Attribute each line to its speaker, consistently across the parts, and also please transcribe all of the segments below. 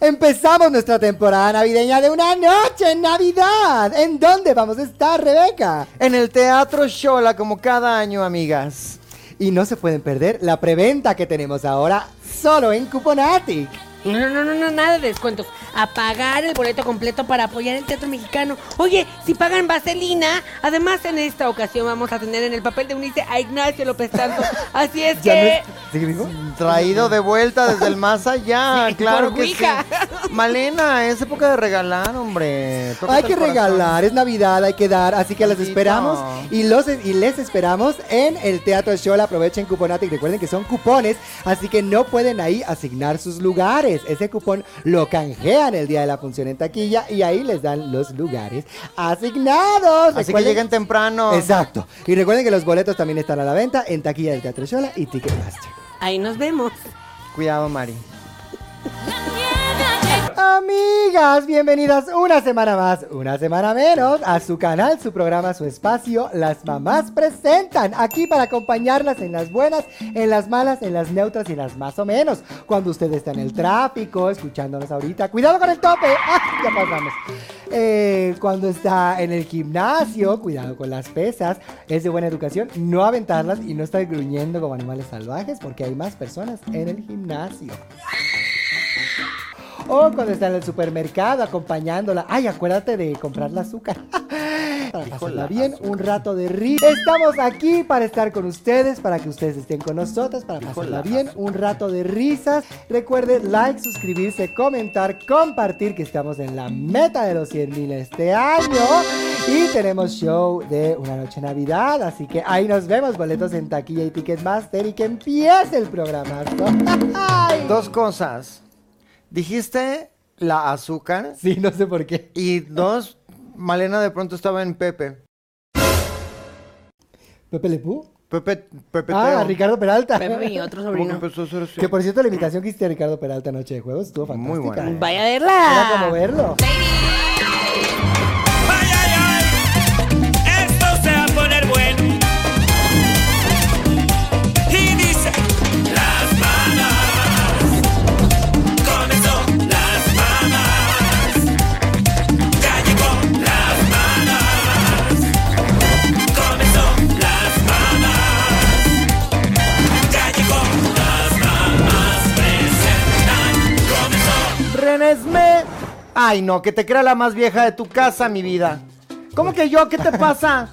Speaker 1: Empezamos nuestra temporada navideña de una noche en Navidad. ¿En dónde vamos a estar, Rebeca?
Speaker 2: En el Teatro Shola, como cada año, amigas.
Speaker 1: Y no se pueden perder la preventa que tenemos ahora solo en Cuponatic.
Speaker 3: No, no, no, no, nada de descuentos. A pagar el boleto completo para apoyar el teatro mexicano. Oye, si pagan vaselina, además en esta ocasión vamos a tener en el papel de Unice a Ignacio López Santos. Así es
Speaker 1: ¿Ya no
Speaker 3: que.
Speaker 1: es- ¿Sigue vivo?
Speaker 2: Traído de vuelta desde el más allá,
Speaker 3: Sí,
Speaker 2: claro
Speaker 3: por
Speaker 2: que sí.
Speaker 3: Wicca.
Speaker 2: Malena, es época de regalar, hombre. Tócate
Speaker 1: Hay que
Speaker 2: el corazón.
Speaker 1: regalar, es Navidad, hay que dar, así que las
Speaker 2: Maldito.
Speaker 1: esperamos y los y les esperamos en el Teatro Shola. Aprovechen Cuponatic, recuerden que son cupones, así que no pueden ahí asignar sus lugares. Ese cupón lo canjean el día de la función en taquilla y ahí les dan los lugares asignados.
Speaker 2: Así que
Speaker 1: Recuerden-
Speaker 2: lleguen temprano.
Speaker 1: Exacto. Y recuerden que los boletos también están a la venta en taquilla del Teatro Shola y Ticketmaster.
Speaker 3: Ahí nos vemos.
Speaker 2: Cuidado, Mari.
Speaker 1: Amigas, bienvenidas una semana más, una semana menos a su canal, su programa, su espacio. Las mamás presentan aquí para acompañarlas en las buenas, en las malas, en las neutras y en las más o menos. Cuando usted está en el tráfico, escuchándonos ahorita, cuidado con el tope. ¡Ah! Ya pasamos. Eh, cuando está en el gimnasio, cuidado con las pesas. Es de buena educación no aventarlas y no estar gruñendo como animales salvajes porque hay más personas en el gimnasio. O cuando está en el supermercado acompañándola. Ay, acuérdate de comprar la azúcar. Para pasarla bien, un rato de risa. Estamos aquí para estar con ustedes, para que ustedes estén con nosotros, para pasarla bien, un rato de risas. Recuerde like, suscribirse, comentar, compartir, que estamos en la meta de los 100 mil este año. Y tenemos show de Una Noche Navidad, así que ahí nos vemos, boletos en taquilla y Ticketmaster y que empiece el programa.
Speaker 2: Dos cosas. Dijiste la azúcar
Speaker 1: Sí, no sé por qué.
Speaker 2: y dos, Malena de pronto estaba en Pepe.
Speaker 1: Pepe Lepú.
Speaker 2: Pepe, Pepe
Speaker 1: Ah, Ricardo Peralta.
Speaker 3: Pepe y otro
Speaker 2: ¿Cómo que
Speaker 3: sobrino.
Speaker 2: empezó a hacer así?
Speaker 1: Que por cierto, la invitación que hiciste a Ricardo Peralta Noche de Juegos estuvo fantástica.
Speaker 2: Muy buena.
Speaker 1: ¿eh?
Speaker 3: Vaya a
Speaker 1: Era como
Speaker 3: verla.
Speaker 1: verlo.
Speaker 4: Ay, ay, ay, esto se va a poner bueno. Y dice: Las mamas, comenzó las mamas, ya llegó las mamas, comenzó las mamas, ya llegó las mamas, presentan, comenzó.
Speaker 2: Renesme. Ay, no, que te crea la más vieja de tu casa, mi vida. ¿Cómo que yo? ¿Qué te pasa?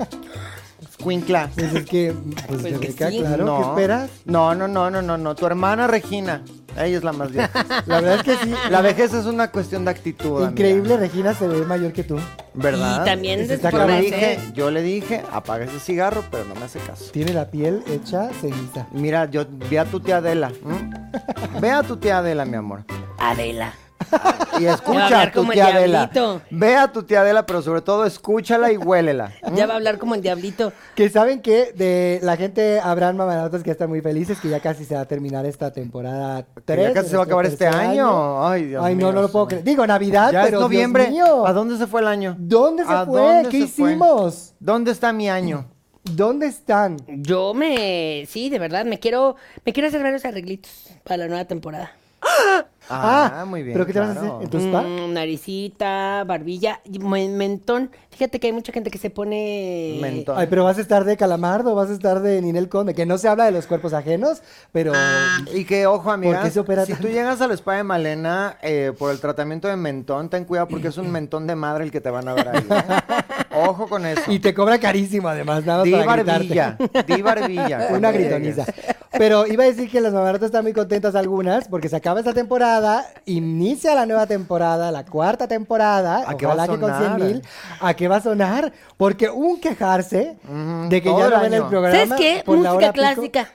Speaker 2: Escuincla.
Speaker 1: Pues es que, pues,
Speaker 3: Pues que
Speaker 1: Rebeca,
Speaker 3: sí.
Speaker 1: claro,
Speaker 2: no.
Speaker 1: ¿qué esperas?
Speaker 2: No, no, no, no, no, no. Tu hermana Regina. Ella es la más vieja.
Speaker 1: La verdad es que sí.
Speaker 2: La vejez es una cuestión de actitud. amiga.
Speaker 1: Increíble, Regina se ve mayor que tú.
Speaker 2: ¿Verdad?
Speaker 3: Y también
Speaker 2: Ese
Speaker 3: después
Speaker 2: saco-
Speaker 3: de
Speaker 2: le
Speaker 3: hacer-
Speaker 2: dije, Yo le dije, apaga ese cigarro, pero no me hace caso.
Speaker 1: Tiene la piel hecha ceniza.
Speaker 2: Mira, yo ve a tu tía Adela. ¿m? Ve a tu tía Adela, mi amor.
Speaker 3: Adela.
Speaker 2: Y
Speaker 3: Ya va a
Speaker 2: escucha a
Speaker 3: hablar
Speaker 2: tu
Speaker 3: como el
Speaker 2: tía Adela.
Speaker 3: diablito.
Speaker 2: Ve a tu tía Adela, pero sobre todo escúchala y huélela.
Speaker 3: Ya va a hablar como el diablito.
Speaker 1: Que saben que de la gente habrán mamanautas que están muy felices que ya casi se va a terminar esta temporada
Speaker 2: ya
Speaker 1: 3.
Speaker 2: casi se va a acabar este año. Ay, Dios
Speaker 1: Ay, no,
Speaker 2: mío,
Speaker 1: no lo puedo
Speaker 2: sí.
Speaker 1: creer. Digo, Navidad,
Speaker 2: ya
Speaker 1: Ah, pero Dios
Speaker 2: es noviembre.
Speaker 1: mío.
Speaker 2: ¿A dónde se fue el año?
Speaker 1: ¿Dónde se
Speaker 2: ¿A
Speaker 1: fue?
Speaker 2: dónde
Speaker 1: ¿Qué
Speaker 2: se fue?
Speaker 1: hicimos?
Speaker 2: ¿Dónde está mi año?
Speaker 1: ¿Dónde están?
Speaker 3: Yo me, sí, de verdad, me quiero, me quiero hacer varios arreglitos para la nueva temporada.
Speaker 2: Ah, muy bien.
Speaker 1: ¿Pero qué te vas a
Speaker 2: claro.
Speaker 1: hacer? ¿En tu spa?
Speaker 3: Mm, naricita, barbilla, y me- mentón. Fíjate que hay mucha gente que se pone
Speaker 2: Mentón.
Speaker 1: Ay, pero vas a estar de Calamardo, vas a estar de Ninel Conde, que no se habla de los cuerpos ajenos, pero
Speaker 2: Y que, ojo, amigas,
Speaker 1: qué se opera
Speaker 2: si
Speaker 1: tanto?
Speaker 2: tú llegas al spa de Malena eh, por el tratamiento de mentón, ten cuidado porque es un mentón de madre el que te van a dar ahí. ¿eh? Ojo con eso.
Speaker 1: y te cobra carísimo además, nada más
Speaker 2: Di
Speaker 1: para gritarte.
Speaker 2: barbilla, di barbilla. cuando
Speaker 1: Una gritoniza.
Speaker 2: llegues.
Speaker 1: Pero iba a decir que las mamaratas están muy contentas algunas porque se acaba esta temporada, inicia la nueva temporada, la cuarta temporada,
Speaker 2: ¿A qué va a
Speaker 1: ojalá que con 100
Speaker 2: sonar?
Speaker 1: mil, ¿a qué va a sonar? Porque un quejarse
Speaker 2: Ujú,
Speaker 1: de que
Speaker 2: todo
Speaker 1: ya
Speaker 2: el
Speaker 1: no ven el
Speaker 2: año.
Speaker 1: programa
Speaker 3: ¿Sabes qué?
Speaker 1: por la hora
Speaker 3: Música
Speaker 1: pico.
Speaker 3: clásica.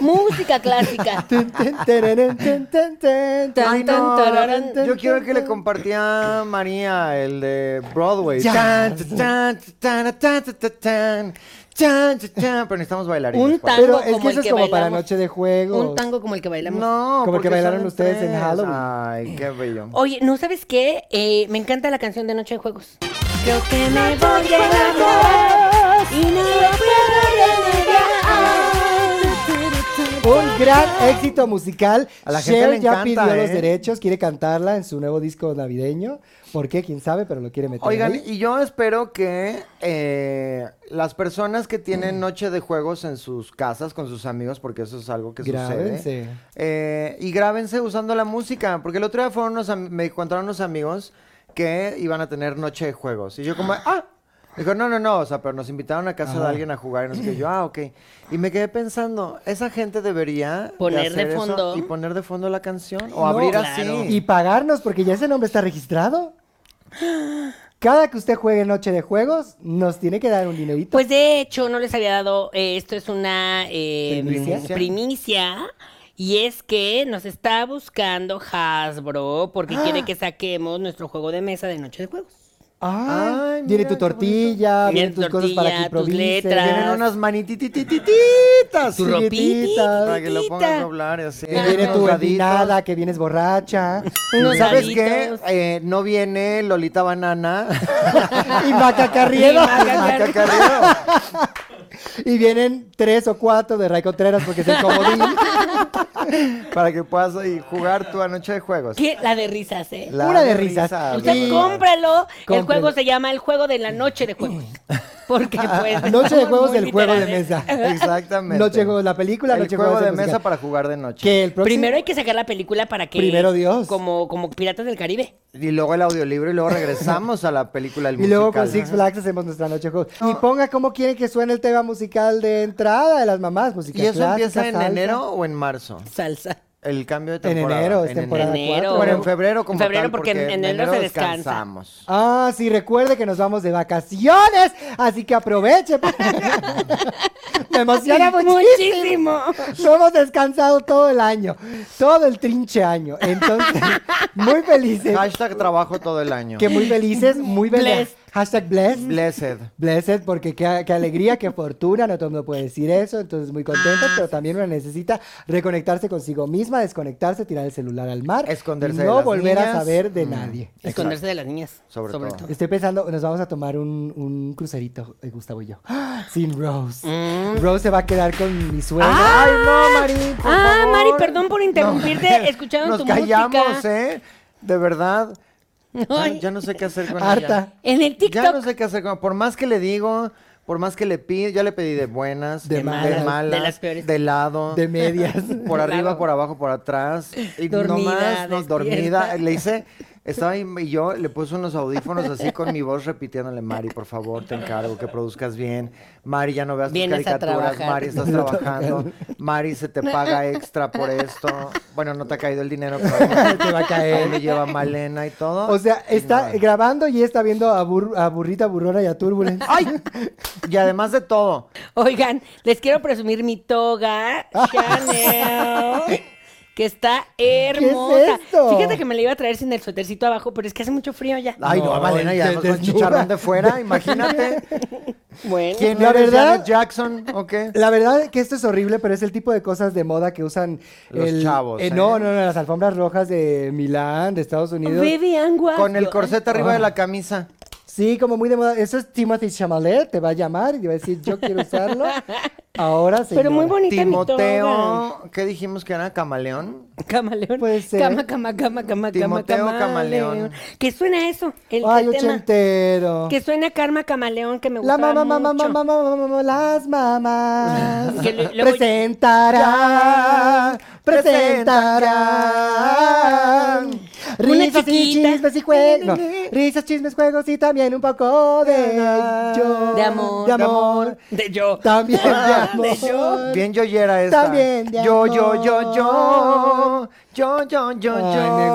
Speaker 3: Música clásica.
Speaker 1: Tun, tun, tererén, tun, tun, tun, tun,
Speaker 2: Ay, no,
Speaker 1: tun, tararán, tun,
Speaker 2: Yo quiero
Speaker 1: tun,
Speaker 2: que le
Speaker 1: tun.
Speaker 2: compartía a María el de Broadway.
Speaker 1: Ya.
Speaker 2: Tan, tan, tan, tan, tan, tan, tan, tan. Pero necesitamos pues. bailar.
Speaker 3: Un tango
Speaker 1: Pero es que
Speaker 3: como el
Speaker 1: eso es
Speaker 3: que
Speaker 1: como para
Speaker 3: bailamos.
Speaker 1: noche de juegos.
Speaker 3: Un tango como el que bailamos.
Speaker 2: No,
Speaker 1: Como
Speaker 2: porque
Speaker 1: que bailaron
Speaker 2: son
Speaker 1: ustedes en
Speaker 2: tres.
Speaker 1: Halloween.
Speaker 2: Ay, qué bello.
Speaker 3: Oye, ¿no sabes qué? Eh, me encanta la canción de Noche de Juegos. Creo que me voy a enamorar y no lo puedo renegar.
Speaker 1: Un gran éxito musical.
Speaker 2: A la gente
Speaker 1: Cher
Speaker 2: le
Speaker 1: ya
Speaker 2: encanta,
Speaker 1: pidió los
Speaker 2: ¿eh?
Speaker 1: derechos, quiere cantarla en su nuevo disco navideño. ¿Por qué? ¿Quién sabe? Pero lo quiere meter.
Speaker 2: Oigan,
Speaker 1: ahí.
Speaker 2: y yo espero que eh, las personas que
Speaker 1: Mm.
Speaker 2: tienen noche de juegos en sus casas con sus amigos, porque eso es algo que
Speaker 1: Grábense.
Speaker 2: sucede. eh, y grábense usando la música, porque el otro día fueron unos am- me contaron unos amigos que iban a tener noche de juegos. Y yo como, ah, dijo, no, no, no, o sea, pero nos invitaron a casa de alguien a jugar y no sé qué. Yo, ah, ok. Y me quedé pensando, esa gente debería de
Speaker 5: Poner de
Speaker 2: hacer eso
Speaker 5: fondo.
Speaker 2: y poner de fondo la canción o
Speaker 1: No,
Speaker 2: abrir
Speaker 5: claro.
Speaker 2: así.
Speaker 1: Y pagarnos, porque ya ese nombre está registrado. Cada que usted juegue Noche de Juegos, nos tiene que dar un dinerito.
Speaker 5: Pues de hecho, no les había dado, eh, esto es una eh,
Speaker 1: Primicia.
Speaker 5: primicia. y es que nos está buscando Hasbro porque quiere que saquemos nuestro juego de mesa de Noche de Juegos.
Speaker 1: Ah,
Speaker 2: Ay,
Speaker 1: viene
Speaker 2: mira,
Speaker 1: tu
Speaker 2: qué bonito.
Speaker 1: tortilla,
Speaker 5: Viene
Speaker 1: vienen
Speaker 5: tu
Speaker 1: tus cosas para que
Speaker 5: tortilla, tus
Speaker 1: improvises.
Speaker 5: letras.
Speaker 2: Tienen unas manitititititas.
Speaker 5: Tu
Speaker 2: sí.
Speaker 5: ropita.
Speaker 1: chiquititas.
Speaker 2: Para que lo pongas a
Speaker 5: Tita.
Speaker 2: doblar y así.
Speaker 1: Que viene tu empinada, que vienes borracha.
Speaker 5: Unos
Speaker 2: ¿Sabes
Speaker 5: daditos.
Speaker 2: qué? Eh, no viene Lolita Banana. Ah,
Speaker 1: y macacarriero.
Speaker 5: Y maca-
Speaker 2: Maca Carrero.
Speaker 1: y vienen tres o cuatro de Ray Contreras porque es el comodín.
Speaker 2: Para que puedas ahí jugar tu noche de juegos.
Speaker 5: ¿Qué? La de risas, ¿eh?
Speaker 2: La
Speaker 1: Pura de risas.
Speaker 5: Usted
Speaker 1: Sí.
Speaker 5: cómpralo.
Speaker 1: Cómprelo.
Speaker 5: El juego se llama El Juego de la Noche de Juegos. Porque pues...
Speaker 1: Ah, Noche de
Speaker 5: estamos
Speaker 1: Juegos
Speaker 5: muy
Speaker 1: del Juego de
Speaker 5: literales.
Speaker 1: Mesa.
Speaker 2: Exactamente.
Speaker 1: Noche de Juegos, la película,
Speaker 2: El
Speaker 1: Noche de
Speaker 2: juego
Speaker 1: Juegos
Speaker 2: de
Speaker 1: del
Speaker 2: mesa
Speaker 1: musical.
Speaker 2: para jugar de noche.
Speaker 1: Que el próximo...
Speaker 5: Primero hay que sacar la película para que...
Speaker 1: Primero Dios.
Speaker 5: Como, como Piratas del Caribe.
Speaker 2: Y luego el audiolibro y luego regresamos a la película del
Speaker 1: Y luego con
Speaker 2: musical.
Speaker 1: Six Flags hacemos nuestra noche de juegos. Y ponga cómo quieren que suene el tema musical de entrada de las mamás. Música
Speaker 2: ¿Y eso
Speaker 1: clásica,
Speaker 2: empieza en
Speaker 1: salsa.
Speaker 2: enero o en marzo?
Speaker 5: Salsa.
Speaker 2: El cambio de
Speaker 1: En
Speaker 2: temporada.
Speaker 1: enero, es temporada
Speaker 5: enero.
Speaker 1: cuatro.
Speaker 2: Bueno, en febrero como
Speaker 5: En febrero,
Speaker 2: tal,
Speaker 5: porque en enero se descansa.
Speaker 2: descansamos.
Speaker 1: Ah, sí, recuerde que nos vamos de vacaciones, así que aproveche. Me emociona muchísimo.
Speaker 5: Muchísimo.
Speaker 1: No hemos descansado todo el año, todo el trinche año. Entonces, muy felices.
Speaker 2: Hashtag trabajo todo el año.
Speaker 1: Que muy felices, muy felices.
Speaker 5: Blessed.
Speaker 1: Hashtag blessed.
Speaker 2: Blessed.
Speaker 1: Blessed, porque qué, qué alegría, qué fortuna, no todo el mundo puede decir eso, entonces muy contentos, pero también uno necesita reconectarse consigo misma, desconectarse, tirar el celular al mar,
Speaker 2: Esconderse
Speaker 1: y
Speaker 2: de
Speaker 1: no
Speaker 2: las
Speaker 1: volver
Speaker 2: niñas.
Speaker 1: a saber de
Speaker 2: Mm.
Speaker 1: nadie.
Speaker 5: Esconderse de las niñas.
Speaker 2: Sobre
Speaker 5: Sobre,
Speaker 2: todo.
Speaker 5: todo.
Speaker 1: Estoy pensando, nos vamos a tomar un, un crucerito, eh, Gustavo y yo. ¡Ah! Sin Rose.
Speaker 2: Mm.
Speaker 1: Rose se va a quedar con mi sueño.
Speaker 2: ¡Ay, no, Mari! por
Speaker 5: Ah,
Speaker 2: favor.
Speaker 5: Mari, perdón por interrumpirte.
Speaker 2: No.
Speaker 5: Escucharon
Speaker 2: Nos
Speaker 5: tu
Speaker 2: callamos,
Speaker 5: música.
Speaker 2: ¿eh? De verdad. Ya,
Speaker 5: Ay.
Speaker 2: ya no sé qué hacer con
Speaker 1: Harta.
Speaker 2: ella.
Speaker 5: En el TikTok.
Speaker 2: Ya no sé qué hacer con Por más que le digo, por más que le pido, ya le pedí de buenas,
Speaker 1: De
Speaker 2: de, malas,
Speaker 1: malas,
Speaker 2: de,
Speaker 5: de las peores.
Speaker 2: lado.
Speaker 1: De medias.
Speaker 2: Por arriba, por abajo, por atrás. Y
Speaker 5: Dormida,
Speaker 2: nomás, no,
Speaker 5: despierta.
Speaker 2: dormida. Le hice, estaba ahí y yo le puse unos audífonos así con mi voz repitiéndole, Mari, por favor, te encargo que produzcas bien. Mari, ya no veas tus
Speaker 5: Vienes a
Speaker 2: caricaturas.
Speaker 5: trabajar.
Speaker 2: Mari, estás trabajando. Mari, se te paga extra por esto. Bueno, no te ha caído el dinero, pero
Speaker 1: Te va a caer.
Speaker 2: Ahí me lleva Malena y todo.
Speaker 1: O sea,
Speaker 2: Y
Speaker 1: está
Speaker 2: nada.
Speaker 1: grabando y está viendo a, Bur- a Burrita Burrona y a Turbulence.
Speaker 2: ¡Ay! Y además de todo,
Speaker 5: Oigan, les quiero presumir mi toga Chanel. Que está hermosa.
Speaker 1: esto?
Speaker 5: Fíjate que me la iba a traer sin el suétercito abajo, pero es que hace mucho frío ya.
Speaker 2: Ay, no,
Speaker 1: No,
Speaker 2: Malena, y
Speaker 1: te
Speaker 2: además con
Speaker 1: desnuda.
Speaker 2: chicharrón de fuera, imagínate.
Speaker 5: Bueno,
Speaker 2: ¿Quién
Speaker 1: La
Speaker 2: la
Speaker 1: verdad-
Speaker 2: verdad? Jackson o qué?
Speaker 1: La verdad que esto es horrible, pero es el tipo de cosas de moda que usan
Speaker 2: Los
Speaker 1: el-
Speaker 2: chavos,
Speaker 1: eh, No,
Speaker 2: ¿eh?
Speaker 1: no, no, las alfombras rojas de Milán, de Estados Unidos.
Speaker 5: Vivian Guas-
Speaker 2: Con el corset arriba de la camisa.
Speaker 1: Sí, como muy de moda. Eso es Timothy Chalamet, te va a llamar y te va a decir, yo quiero usarlo. Ahora sí.
Speaker 5: Pero muy bonita mi
Speaker 2: Timoteo, ¿qué dijimos que era? ¿Camaleón?
Speaker 5: toga. Camaleón.
Speaker 1: Puede ser.
Speaker 5: Cama, cama, cama, cama,
Speaker 2: Timoteo
Speaker 5: cama,
Speaker 2: Camaleón.
Speaker 5: ¿Qué suena eso? El
Speaker 1: Ay,
Speaker 5: tema.
Speaker 1: ochentero.
Speaker 5: Que suena Karma Camaleón, que me gusta
Speaker 1: La mamá, mamá,
Speaker 5: mucho.
Speaker 1: mamá, mamá, mamá, mamá, las mamás.
Speaker 5: Que le- luego-
Speaker 1: presentarán, presentarán.
Speaker 5: Una
Speaker 1: Risas y
Speaker 5: chiquita.
Speaker 1: chismes y juegos. risas, chismes, juegos y también un poco de yo.
Speaker 5: De amor.
Speaker 1: De amor.
Speaker 5: De yo.
Speaker 1: También de amor.
Speaker 2: Ah, Bien yoyera esta.
Speaker 1: También de
Speaker 2: yo,
Speaker 1: amor.
Speaker 2: yo, yo, yo. Yo, yo, yo,
Speaker 1: Ay,
Speaker 2: yo.
Speaker 1: me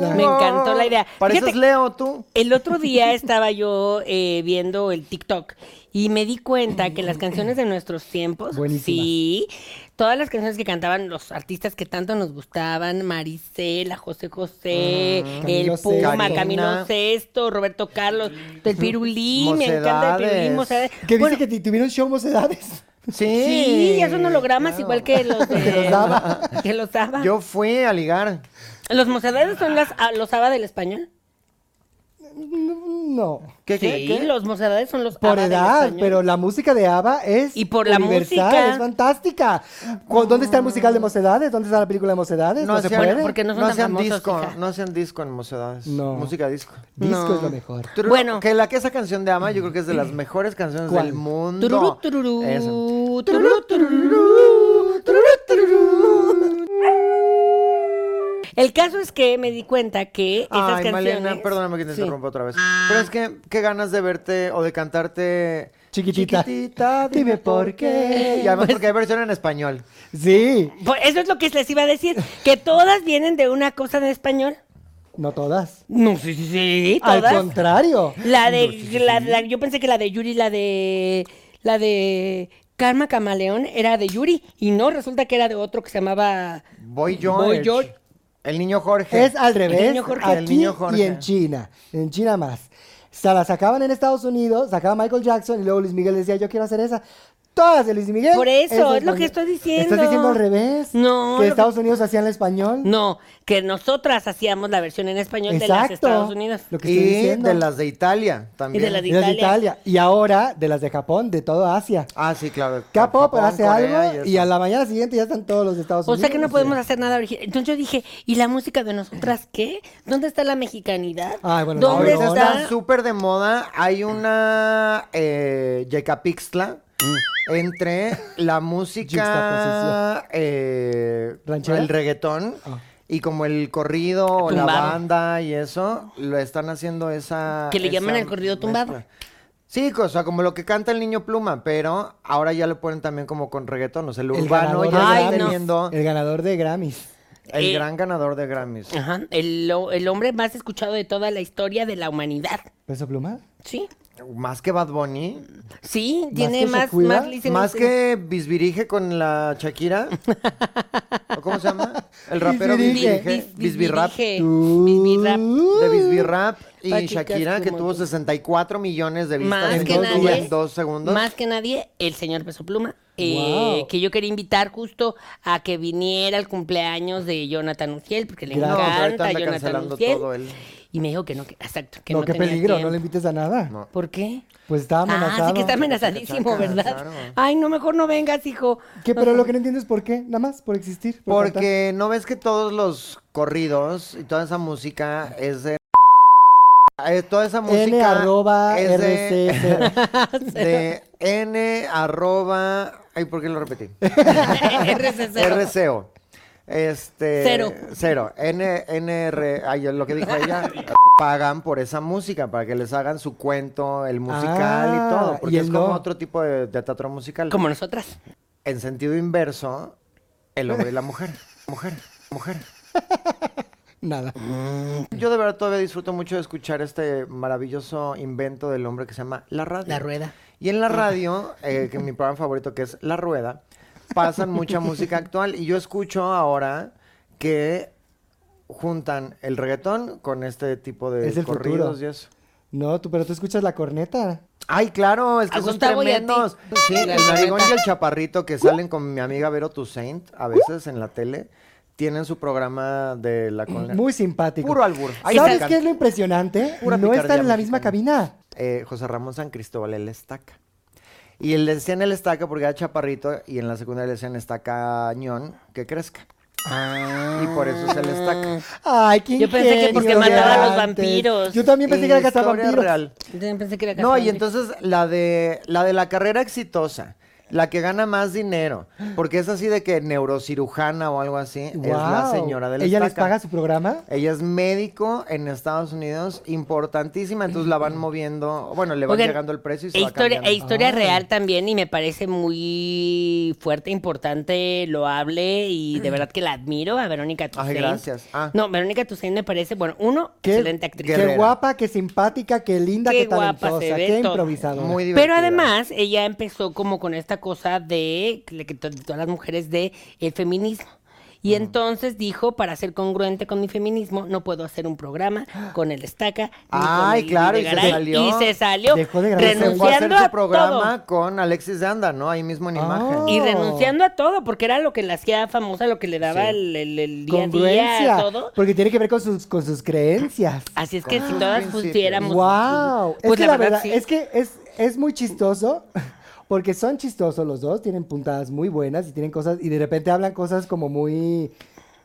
Speaker 1: gusta.
Speaker 5: Me encantó la idea.
Speaker 2: Pareces
Speaker 5: Fíjate-
Speaker 2: Leo, tú.
Speaker 5: El otro día estaba yo eh, viendo el TikTok y me di cuenta que las canciones de nuestros tiempos,
Speaker 1: Buenísimas.
Speaker 5: sí, todas las canciones que cantaban los artistas que tanto nos gustaban, Marisela, José José,
Speaker 1: Ah, Camilo
Speaker 5: El Puma,
Speaker 1: Sesto.
Speaker 5: Camilo Sesto, Roberto Carlos, el Pirulí, me encanta el Pirulí,
Speaker 2: Mocedades.
Speaker 5: Mocedades.
Speaker 1: Que
Speaker 5: Bueno,
Speaker 1: dice que ti- tuvieron show mocedades.
Speaker 2: Sí.
Speaker 5: Sí, ya son hologramas
Speaker 2: claro.
Speaker 5: igual que los de,
Speaker 1: Que los daba.
Speaker 5: que los daba.
Speaker 2: Yo fui a ligar.
Speaker 5: ah, ¿Los mocedades son las, a- los ABBA del español?
Speaker 1: No.
Speaker 2: ¿Qué, qué,
Speaker 5: sí,
Speaker 2: qué?
Speaker 5: los mozárabes son los
Speaker 1: Por
Speaker 5: ABBA del
Speaker 1: edad,
Speaker 5: español.
Speaker 1: pero la música de ABBA es
Speaker 5: Y por la
Speaker 1: universal,
Speaker 5: música.
Speaker 1: es fantástica. ¿Cu- ¿Dónde está el musical de Mocedades? ¿Dónde está la película de Mocedades? No, se
Speaker 2: hacían-
Speaker 1: puede.
Speaker 5: porque no son tan
Speaker 2: hacían
Speaker 5: famosos,
Speaker 2: disco,
Speaker 5: hija.
Speaker 2: no hacían disco en mocedades.
Speaker 1: No.
Speaker 2: Música disco.
Speaker 1: Disco
Speaker 5: No.
Speaker 1: es lo mejor.
Speaker 2: Tururú,
Speaker 5: Bueno.
Speaker 2: Que la que esa canción de Ama, yo creo que es de las mejores canciones
Speaker 1: ¿Cuál?
Speaker 2: del mundo.
Speaker 5: Tururú, tururú,
Speaker 2: Esa.
Speaker 5: tururú, tururú. El caso es que me di cuenta que esas
Speaker 2: Ay,
Speaker 5: canciones.
Speaker 2: Malena, perdóname que te
Speaker 5: Sí.
Speaker 2: interrumpa otra vez. Pero es que qué ganas de verte o de cantarte
Speaker 1: Chiquitita.
Speaker 2: Chiquitita, dime por qué. Y
Speaker 1: Pues
Speaker 2: además porque hay versión en español.
Speaker 1: Sí,
Speaker 5: Por- Pues, Eso es lo que les iba a decir, que todas vienen de una cosa en español.
Speaker 1: no todas.
Speaker 5: No, sí, sí, sí,
Speaker 1: Al
Speaker 5: todas.
Speaker 1: contrario.
Speaker 5: La de, la, la- yo pensé que la de Yuri, la de, la de Karma Camaleón era de Yuri y no, resulta que era de otro que se llamaba
Speaker 2: Boy George.
Speaker 5: Boy George.
Speaker 2: El niño Jorge.
Speaker 1: Es al revés.
Speaker 5: niño Jorge.
Speaker 1: Aquí
Speaker 2: El niño Jorge.
Speaker 1: y en China. En China más. Se la sacaban en Estados Unidos, sacaba Michael Jackson y luego Luis Miguel decía, yo quiero hacer esa. Todas de Luis Miguel.
Speaker 5: Por
Speaker 1: en
Speaker 5: eso, es lo
Speaker 1: español.
Speaker 5: que estoy diciendo.
Speaker 1: Estás diciendo al revés.
Speaker 5: No,
Speaker 1: Que
Speaker 5: lo-
Speaker 1: Estados Unidos hacían el español.
Speaker 5: No, que nosotras hacíamos la versión en español de las de Estados Unidos.
Speaker 1: Lo que estoy
Speaker 2: Y
Speaker 1: diciendo.
Speaker 2: de las de Italia también.
Speaker 5: Y de las de
Speaker 1: Y las de
Speaker 5: Italia.
Speaker 1: Italia. Y ahora de las de Japón, de toda Asia.
Speaker 2: Ah, sí, claro.
Speaker 1: K-pop
Speaker 2: Japón,
Speaker 1: hace
Speaker 2: Corea
Speaker 1: algo
Speaker 2: eso.
Speaker 1: y, a la mañana siguiente ya están todos los de Estados
Speaker 5: O
Speaker 1: Unidos.
Speaker 5: sea que no podemos hacer nada original. Entonces yo dije, ¿y la música de nosotras qué? ¿Dónde está la mexicanidad?
Speaker 1: Ay, Ah, bueno,
Speaker 5: ¿Dónde
Speaker 2: Ahorita
Speaker 1: no,
Speaker 5: está?
Speaker 2: está súper de moda. Hay una eh, Yecapixtla
Speaker 5: Mm.
Speaker 2: entre la música,
Speaker 1: Juxtaposición.
Speaker 2: eh,
Speaker 1: ¿Ranchera?
Speaker 2: el reggaetón
Speaker 1: Ah.
Speaker 2: y como el corrido o la
Speaker 5: Tumbado.
Speaker 2: banda y eso, lo están haciendo esa...
Speaker 5: Que le
Speaker 2: esa
Speaker 5: llaman el corrido tumbado.
Speaker 2: Sí, o sea, como lo que canta el niño Pluma, pero ahora ya lo ponen también como con reggaetón, o sea, el
Speaker 1: El
Speaker 2: urbano
Speaker 1: ganador
Speaker 2: ya
Speaker 1: de
Speaker 2: está
Speaker 1: Grammys.
Speaker 2: teniendo
Speaker 1: El ganador de Grammys.
Speaker 2: el
Speaker 5: Eh.
Speaker 2: gran ganador de Grammys.
Speaker 5: Ajá, el, lo- el hombre más escuchado de toda la historia de la humanidad.
Speaker 1: ¿Peso pluma?
Speaker 5: Sí,
Speaker 2: Más que Bad Bunny,
Speaker 5: sí,
Speaker 1: ¿Más que
Speaker 5: tiene más,
Speaker 1: Shakira?
Speaker 5: más, listeners.
Speaker 2: Más que bisbirige con la Shakira. ¿O ¿Cómo se llama? El rapero
Speaker 1: Bisbirige.
Speaker 2: bisbirige.
Speaker 5: Bis- bis-
Speaker 2: Bisbirrap.
Speaker 5: bisbirige,
Speaker 1: Tú-
Speaker 5: bisbirrap.
Speaker 2: De bisbirrap y
Speaker 5: Paticas
Speaker 2: Shakira, que
Speaker 5: como
Speaker 2: tuvo
Speaker 5: tú.
Speaker 2: 64 millones de vistas
Speaker 5: Más
Speaker 2: en,
Speaker 5: que
Speaker 2: dos,
Speaker 5: nadie.
Speaker 2: días, en dos segundos.
Speaker 5: Más que nadie, el señor Peso Pluma. eh,
Speaker 1: Wow.
Speaker 5: Que yo quería invitar justo a que viniera al cumpleaños de Jonathan Uciel, porque le
Speaker 1: No,
Speaker 2: no, pero ahorita
Speaker 5: encanta
Speaker 2: anda
Speaker 5: Jonathan
Speaker 2: cancelando
Speaker 5: Uciel.
Speaker 2: todo él.
Speaker 5: Y me dijo que no, que, exacto, que
Speaker 1: no,
Speaker 5: no,
Speaker 1: qué
Speaker 5: tenía
Speaker 1: peligro,
Speaker 5: tiempo.
Speaker 1: no le invites a nada.
Speaker 2: No.
Speaker 5: ¿Por qué?
Speaker 1: Pues está
Speaker 5: Ah,
Speaker 1: amenazado.
Speaker 5: sí que está amenazadísimo,
Speaker 2: Chaca,
Speaker 5: ¿verdad?
Speaker 2: claro.
Speaker 5: Ay, no, mejor no vengas, hijo.
Speaker 1: ¿Qué? Pero lo que no entiendo es por qué, nada más, por existir. por cantar.
Speaker 2: Porque no ves que todos los corridos y toda esa música es de... eh, Toda esa música
Speaker 1: N arroba
Speaker 2: es de-
Speaker 1: RCC.
Speaker 2: de N arroba. Ay, ¿por qué lo repetí?
Speaker 5: RCC.
Speaker 2: RCO. Este.
Speaker 5: Cero.
Speaker 2: Cero. N, NR. Ay, lo que dijo ella. Pagan por esa música, para que les hagan su cuento, el musical
Speaker 1: Ah,
Speaker 2: y todo.
Speaker 1: y
Speaker 2: Porque es
Speaker 1: el
Speaker 2: como
Speaker 1: no.
Speaker 2: otro tipo de, de teatro musical.
Speaker 5: Como nosotras.
Speaker 2: En sentido inverso, el hombre y la mujer. Mujer, mujer.
Speaker 1: Nada.
Speaker 2: Yo de verdad todavía disfruto mucho de escuchar este maravilloso invento del hombre que se llama la radio.
Speaker 5: La rueda.
Speaker 2: Y en la radio, eh, que mi programa favorito que es La Rueda, pasan mucha música actual. Y yo escucho ahora que juntan el reggaetón con este tipo de
Speaker 1: Es el
Speaker 2: corridos
Speaker 1: futuro.
Speaker 2: y eso.
Speaker 1: No, tú, pero tú escuchas la corneta.
Speaker 2: Ay, claro, es que
Speaker 5: A
Speaker 2: son
Speaker 5: Gustavo y a ti.
Speaker 2: tremendos. Sí, el narigón y el chaparrito que salen con mi amiga Vero Toussaint a veces en la tele, tienen su programa de la colina.
Speaker 1: Muy simpático.
Speaker 2: Puro albur. Ahí
Speaker 1: ¿Sabes
Speaker 2: sacan.
Speaker 1: qué es lo impresionante?
Speaker 2: Pura
Speaker 1: no están en
Speaker 2: picardía
Speaker 1: la misma
Speaker 2: mexicana.
Speaker 1: cabina.
Speaker 2: eh, José Ramón San Cristóbal, el estaca. Y le decían el estaca porque era chaparrito y en la secundaria le decían estacañón que crezca. Y por eso es el estaca.
Speaker 5: Ah.
Speaker 1: Ay, qué
Speaker 5: Yo pensé que porque
Speaker 1: ingenio de
Speaker 5: mataba a los
Speaker 1: antes.
Speaker 5: vampiros.
Speaker 1: Yo también pensé que era
Speaker 2: Historia
Speaker 1: cazavampiros.
Speaker 2: real.
Speaker 5: Yo también pensé que era
Speaker 2: No, y
Speaker 5: Cassandra.
Speaker 2: entonces la de la de la carrera exitosa, la que gana más dinero, porque es así de que neurocirujana o algo así, es la
Speaker 1: Guau.
Speaker 2: señora del
Speaker 1: ¿Ella les
Speaker 2: estaca.
Speaker 1: paga su programa?
Speaker 2: Ella es médico en Estados Unidos, importantísima, entonces la van moviendo, bueno, le van
Speaker 5: Oigan,
Speaker 2: llegando el precio y se
Speaker 5: e
Speaker 2: va
Speaker 5: historia, e
Speaker 2: cambiando.
Speaker 5: historia
Speaker 1: Ah.
Speaker 5: real también, y me parece muy fuerte, importante, loable, y de verdad que la admiro a Verónica Toussaint.
Speaker 2: Mm. gracias. Ah.
Speaker 5: No, Verónica Toussaint me parece, bueno, uno,
Speaker 1: Qué
Speaker 5: excelente actriz.
Speaker 2: guerrera.
Speaker 1: Qué guapa, qué simpática, qué linda,
Speaker 5: Qué
Speaker 1: qué,
Speaker 5: guapa
Speaker 1: talentosa,
Speaker 5: se ve
Speaker 1: qué
Speaker 5: todo.
Speaker 1: improvisadora.
Speaker 2: Muy divertida.
Speaker 5: Pero además, ella empezó como con esta cosa de, de que to- de todas las mujeres de el feminismo. Y entonces dijo, para ser congruente con mi feminismo, no puedo hacer un programa con el Estaca. ni con
Speaker 2: Ay,
Speaker 5: el
Speaker 2: claro, y se
Speaker 5: Videgaray.
Speaker 2: salió.
Speaker 5: Y se salió,
Speaker 1: Dejó de grabar.
Speaker 2: Y se
Speaker 5: renunciando
Speaker 2: fue a hacer
Speaker 5: a
Speaker 2: su
Speaker 5: todo.
Speaker 2: programa con Alexis de Anda, ¿no? Ahí mismo en imagen.
Speaker 5: Y
Speaker 1: Oh.
Speaker 5: renunciando a todo, porque era lo que la hacía famosa, lo que le daba el, el- el día a
Speaker 1: Congruencia.
Speaker 5: día, todo.
Speaker 1: Porque tiene que ver con sus, con sus creencias.
Speaker 5: Así es que
Speaker 2: Con
Speaker 5: si
Speaker 2: sus
Speaker 5: todas
Speaker 2: principios.
Speaker 5: pusiéramos.
Speaker 1: ¡Wow!
Speaker 5: Pues
Speaker 1: es que
Speaker 5: la
Speaker 1: la,
Speaker 5: verdad,
Speaker 1: verdad,
Speaker 5: sí.
Speaker 1: es que es, es muy chistoso. Porque son chistosos los dos, tienen puntadas muy buenas y tienen cosas, y de repente hablan cosas como muy,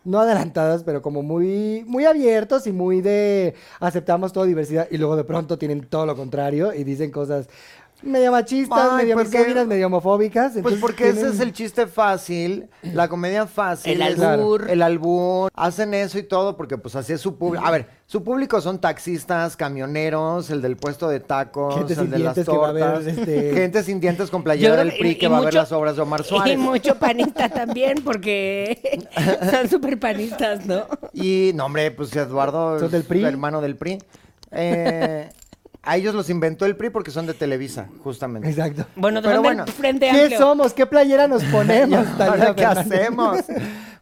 Speaker 1: no adelantadas, pero como muy, muy abiertos y muy de aceptamos toda diversidad, y luego de pronto tienen todo lo contrario y dicen cosas medio machistas,
Speaker 2: Ay,
Speaker 1: medio
Speaker 2: porque-
Speaker 1: misóginas, medio homofóbicas.
Speaker 2: Pues
Speaker 1: entonces
Speaker 2: porque ese
Speaker 1: tienen-
Speaker 2: es el chiste fácil, la comedia fácil.
Speaker 5: El
Speaker 2: es-
Speaker 5: albur.
Speaker 2: El albur. Hacen eso y todo porque pues así es su público. A ver, su público son taxistas, camioneros, el del puesto de tacos,
Speaker 1: Gente sin
Speaker 2: el de las
Speaker 1: dientes que va a ver,
Speaker 2: tortas.
Speaker 1: este-
Speaker 2: Gente sin dientes con playera del
Speaker 5: que-
Speaker 2: PRI
Speaker 5: y-
Speaker 2: que
Speaker 5: y
Speaker 2: va a ver
Speaker 5: mucho-
Speaker 2: las obras de Omar
Speaker 5: Y
Speaker 2: Suárez.
Speaker 5: mucho panista también, porque son súper panistas, ¿no?
Speaker 2: Y, no, hombre, pues Eduardo
Speaker 1: Son
Speaker 2: es
Speaker 1: del PRI.
Speaker 2: hermano del PRI. Eh, a ellos los inventó el PRI porque son de Televisa, justamente.
Speaker 1: Exacto.
Speaker 5: Bueno,
Speaker 2: Pero
Speaker 5: son del
Speaker 2: bueno,
Speaker 5: frente
Speaker 1: ¿Qué
Speaker 5: amplio.
Speaker 1: somos? ¿Qué playera nos ponemos? Talía
Speaker 2: Ahora, ¿Qué
Speaker 1: Fernández?
Speaker 2: hacemos?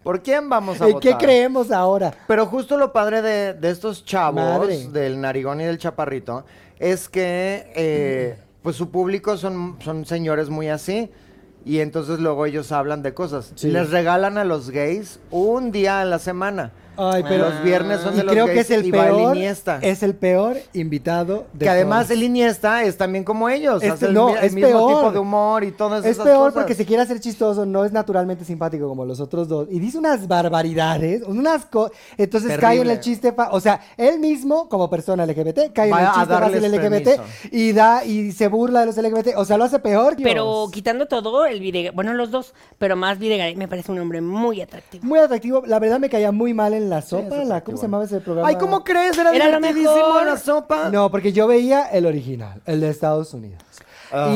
Speaker 2: ¿Por quién vamos a
Speaker 1: ¿En
Speaker 2: votar?
Speaker 1: qué creemos ahora?
Speaker 2: Pero justo lo padre de, de estos chavos,
Speaker 1: Madre.
Speaker 2: del narigón y del chaparrito, es que eh, pues su público son, son señores muy así. Y entonces luego ellos hablan de cosas.
Speaker 1: Sí.
Speaker 2: Les regalan a los gays un día a la semana.
Speaker 1: Ay, pero
Speaker 2: los viernes son
Speaker 1: y
Speaker 2: de los
Speaker 1: creo
Speaker 2: gays
Speaker 1: que es el
Speaker 2: y va
Speaker 1: peor,
Speaker 2: Iniesta.
Speaker 1: es el peor invitado de
Speaker 2: que además
Speaker 1: todos.
Speaker 2: el Iniesta es también como ellos.
Speaker 1: Este-
Speaker 2: hace el,
Speaker 1: no,
Speaker 2: mi- el
Speaker 1: es
Speaker 2: mismo
Speaker 1: peor.
Speaker 2: tipo de humor y todas
Speaker 1: es
Speaker 2: esas
Speaker 1: peor
Speaker 2: cosas.
Speaker 1: porque se quiere hacer chistoso, no es naturalmente simpático como los otros dos y dice unas barbaridades, unas cosas, entonces cae en
Speaker 2: Terrible.
Speaker 1: el chiste, fa- o sea, él mismo como persona LGBT cae
Speaker 2: Va
Speaker 1: en el
Speaker 2: a
Speaker 1: chiste fácil
Speaker 2: darles
Speaker 1: LGBT
Speaker 2: permiso.
Speaker 1: y da y se burla de los LGBT, o sea, lo hace peor. Dios.
Speaker 5: Pero quitando todo, el Videgaray, bueno, los dos, pero más Videgaray me parece un hombre muy atractivo.
Speaker 1: muy atractivo, la verdad me caía muy mal en la sopa,
Speaker 2: es
Speaker 1: la, ¿cómo
Speaker 2: atractivo.
Speaker 1: se llamaba ese programa?
Speaker 2: Ay, ¿cómo crees? Era,
Speaker 5: Era lo
Speaker 2: divertidísimo
Speaker 5: mejor.
Speaker 2: la sopa.
Speaker 1: No, porque yo veía el original, el de Estados Unidos.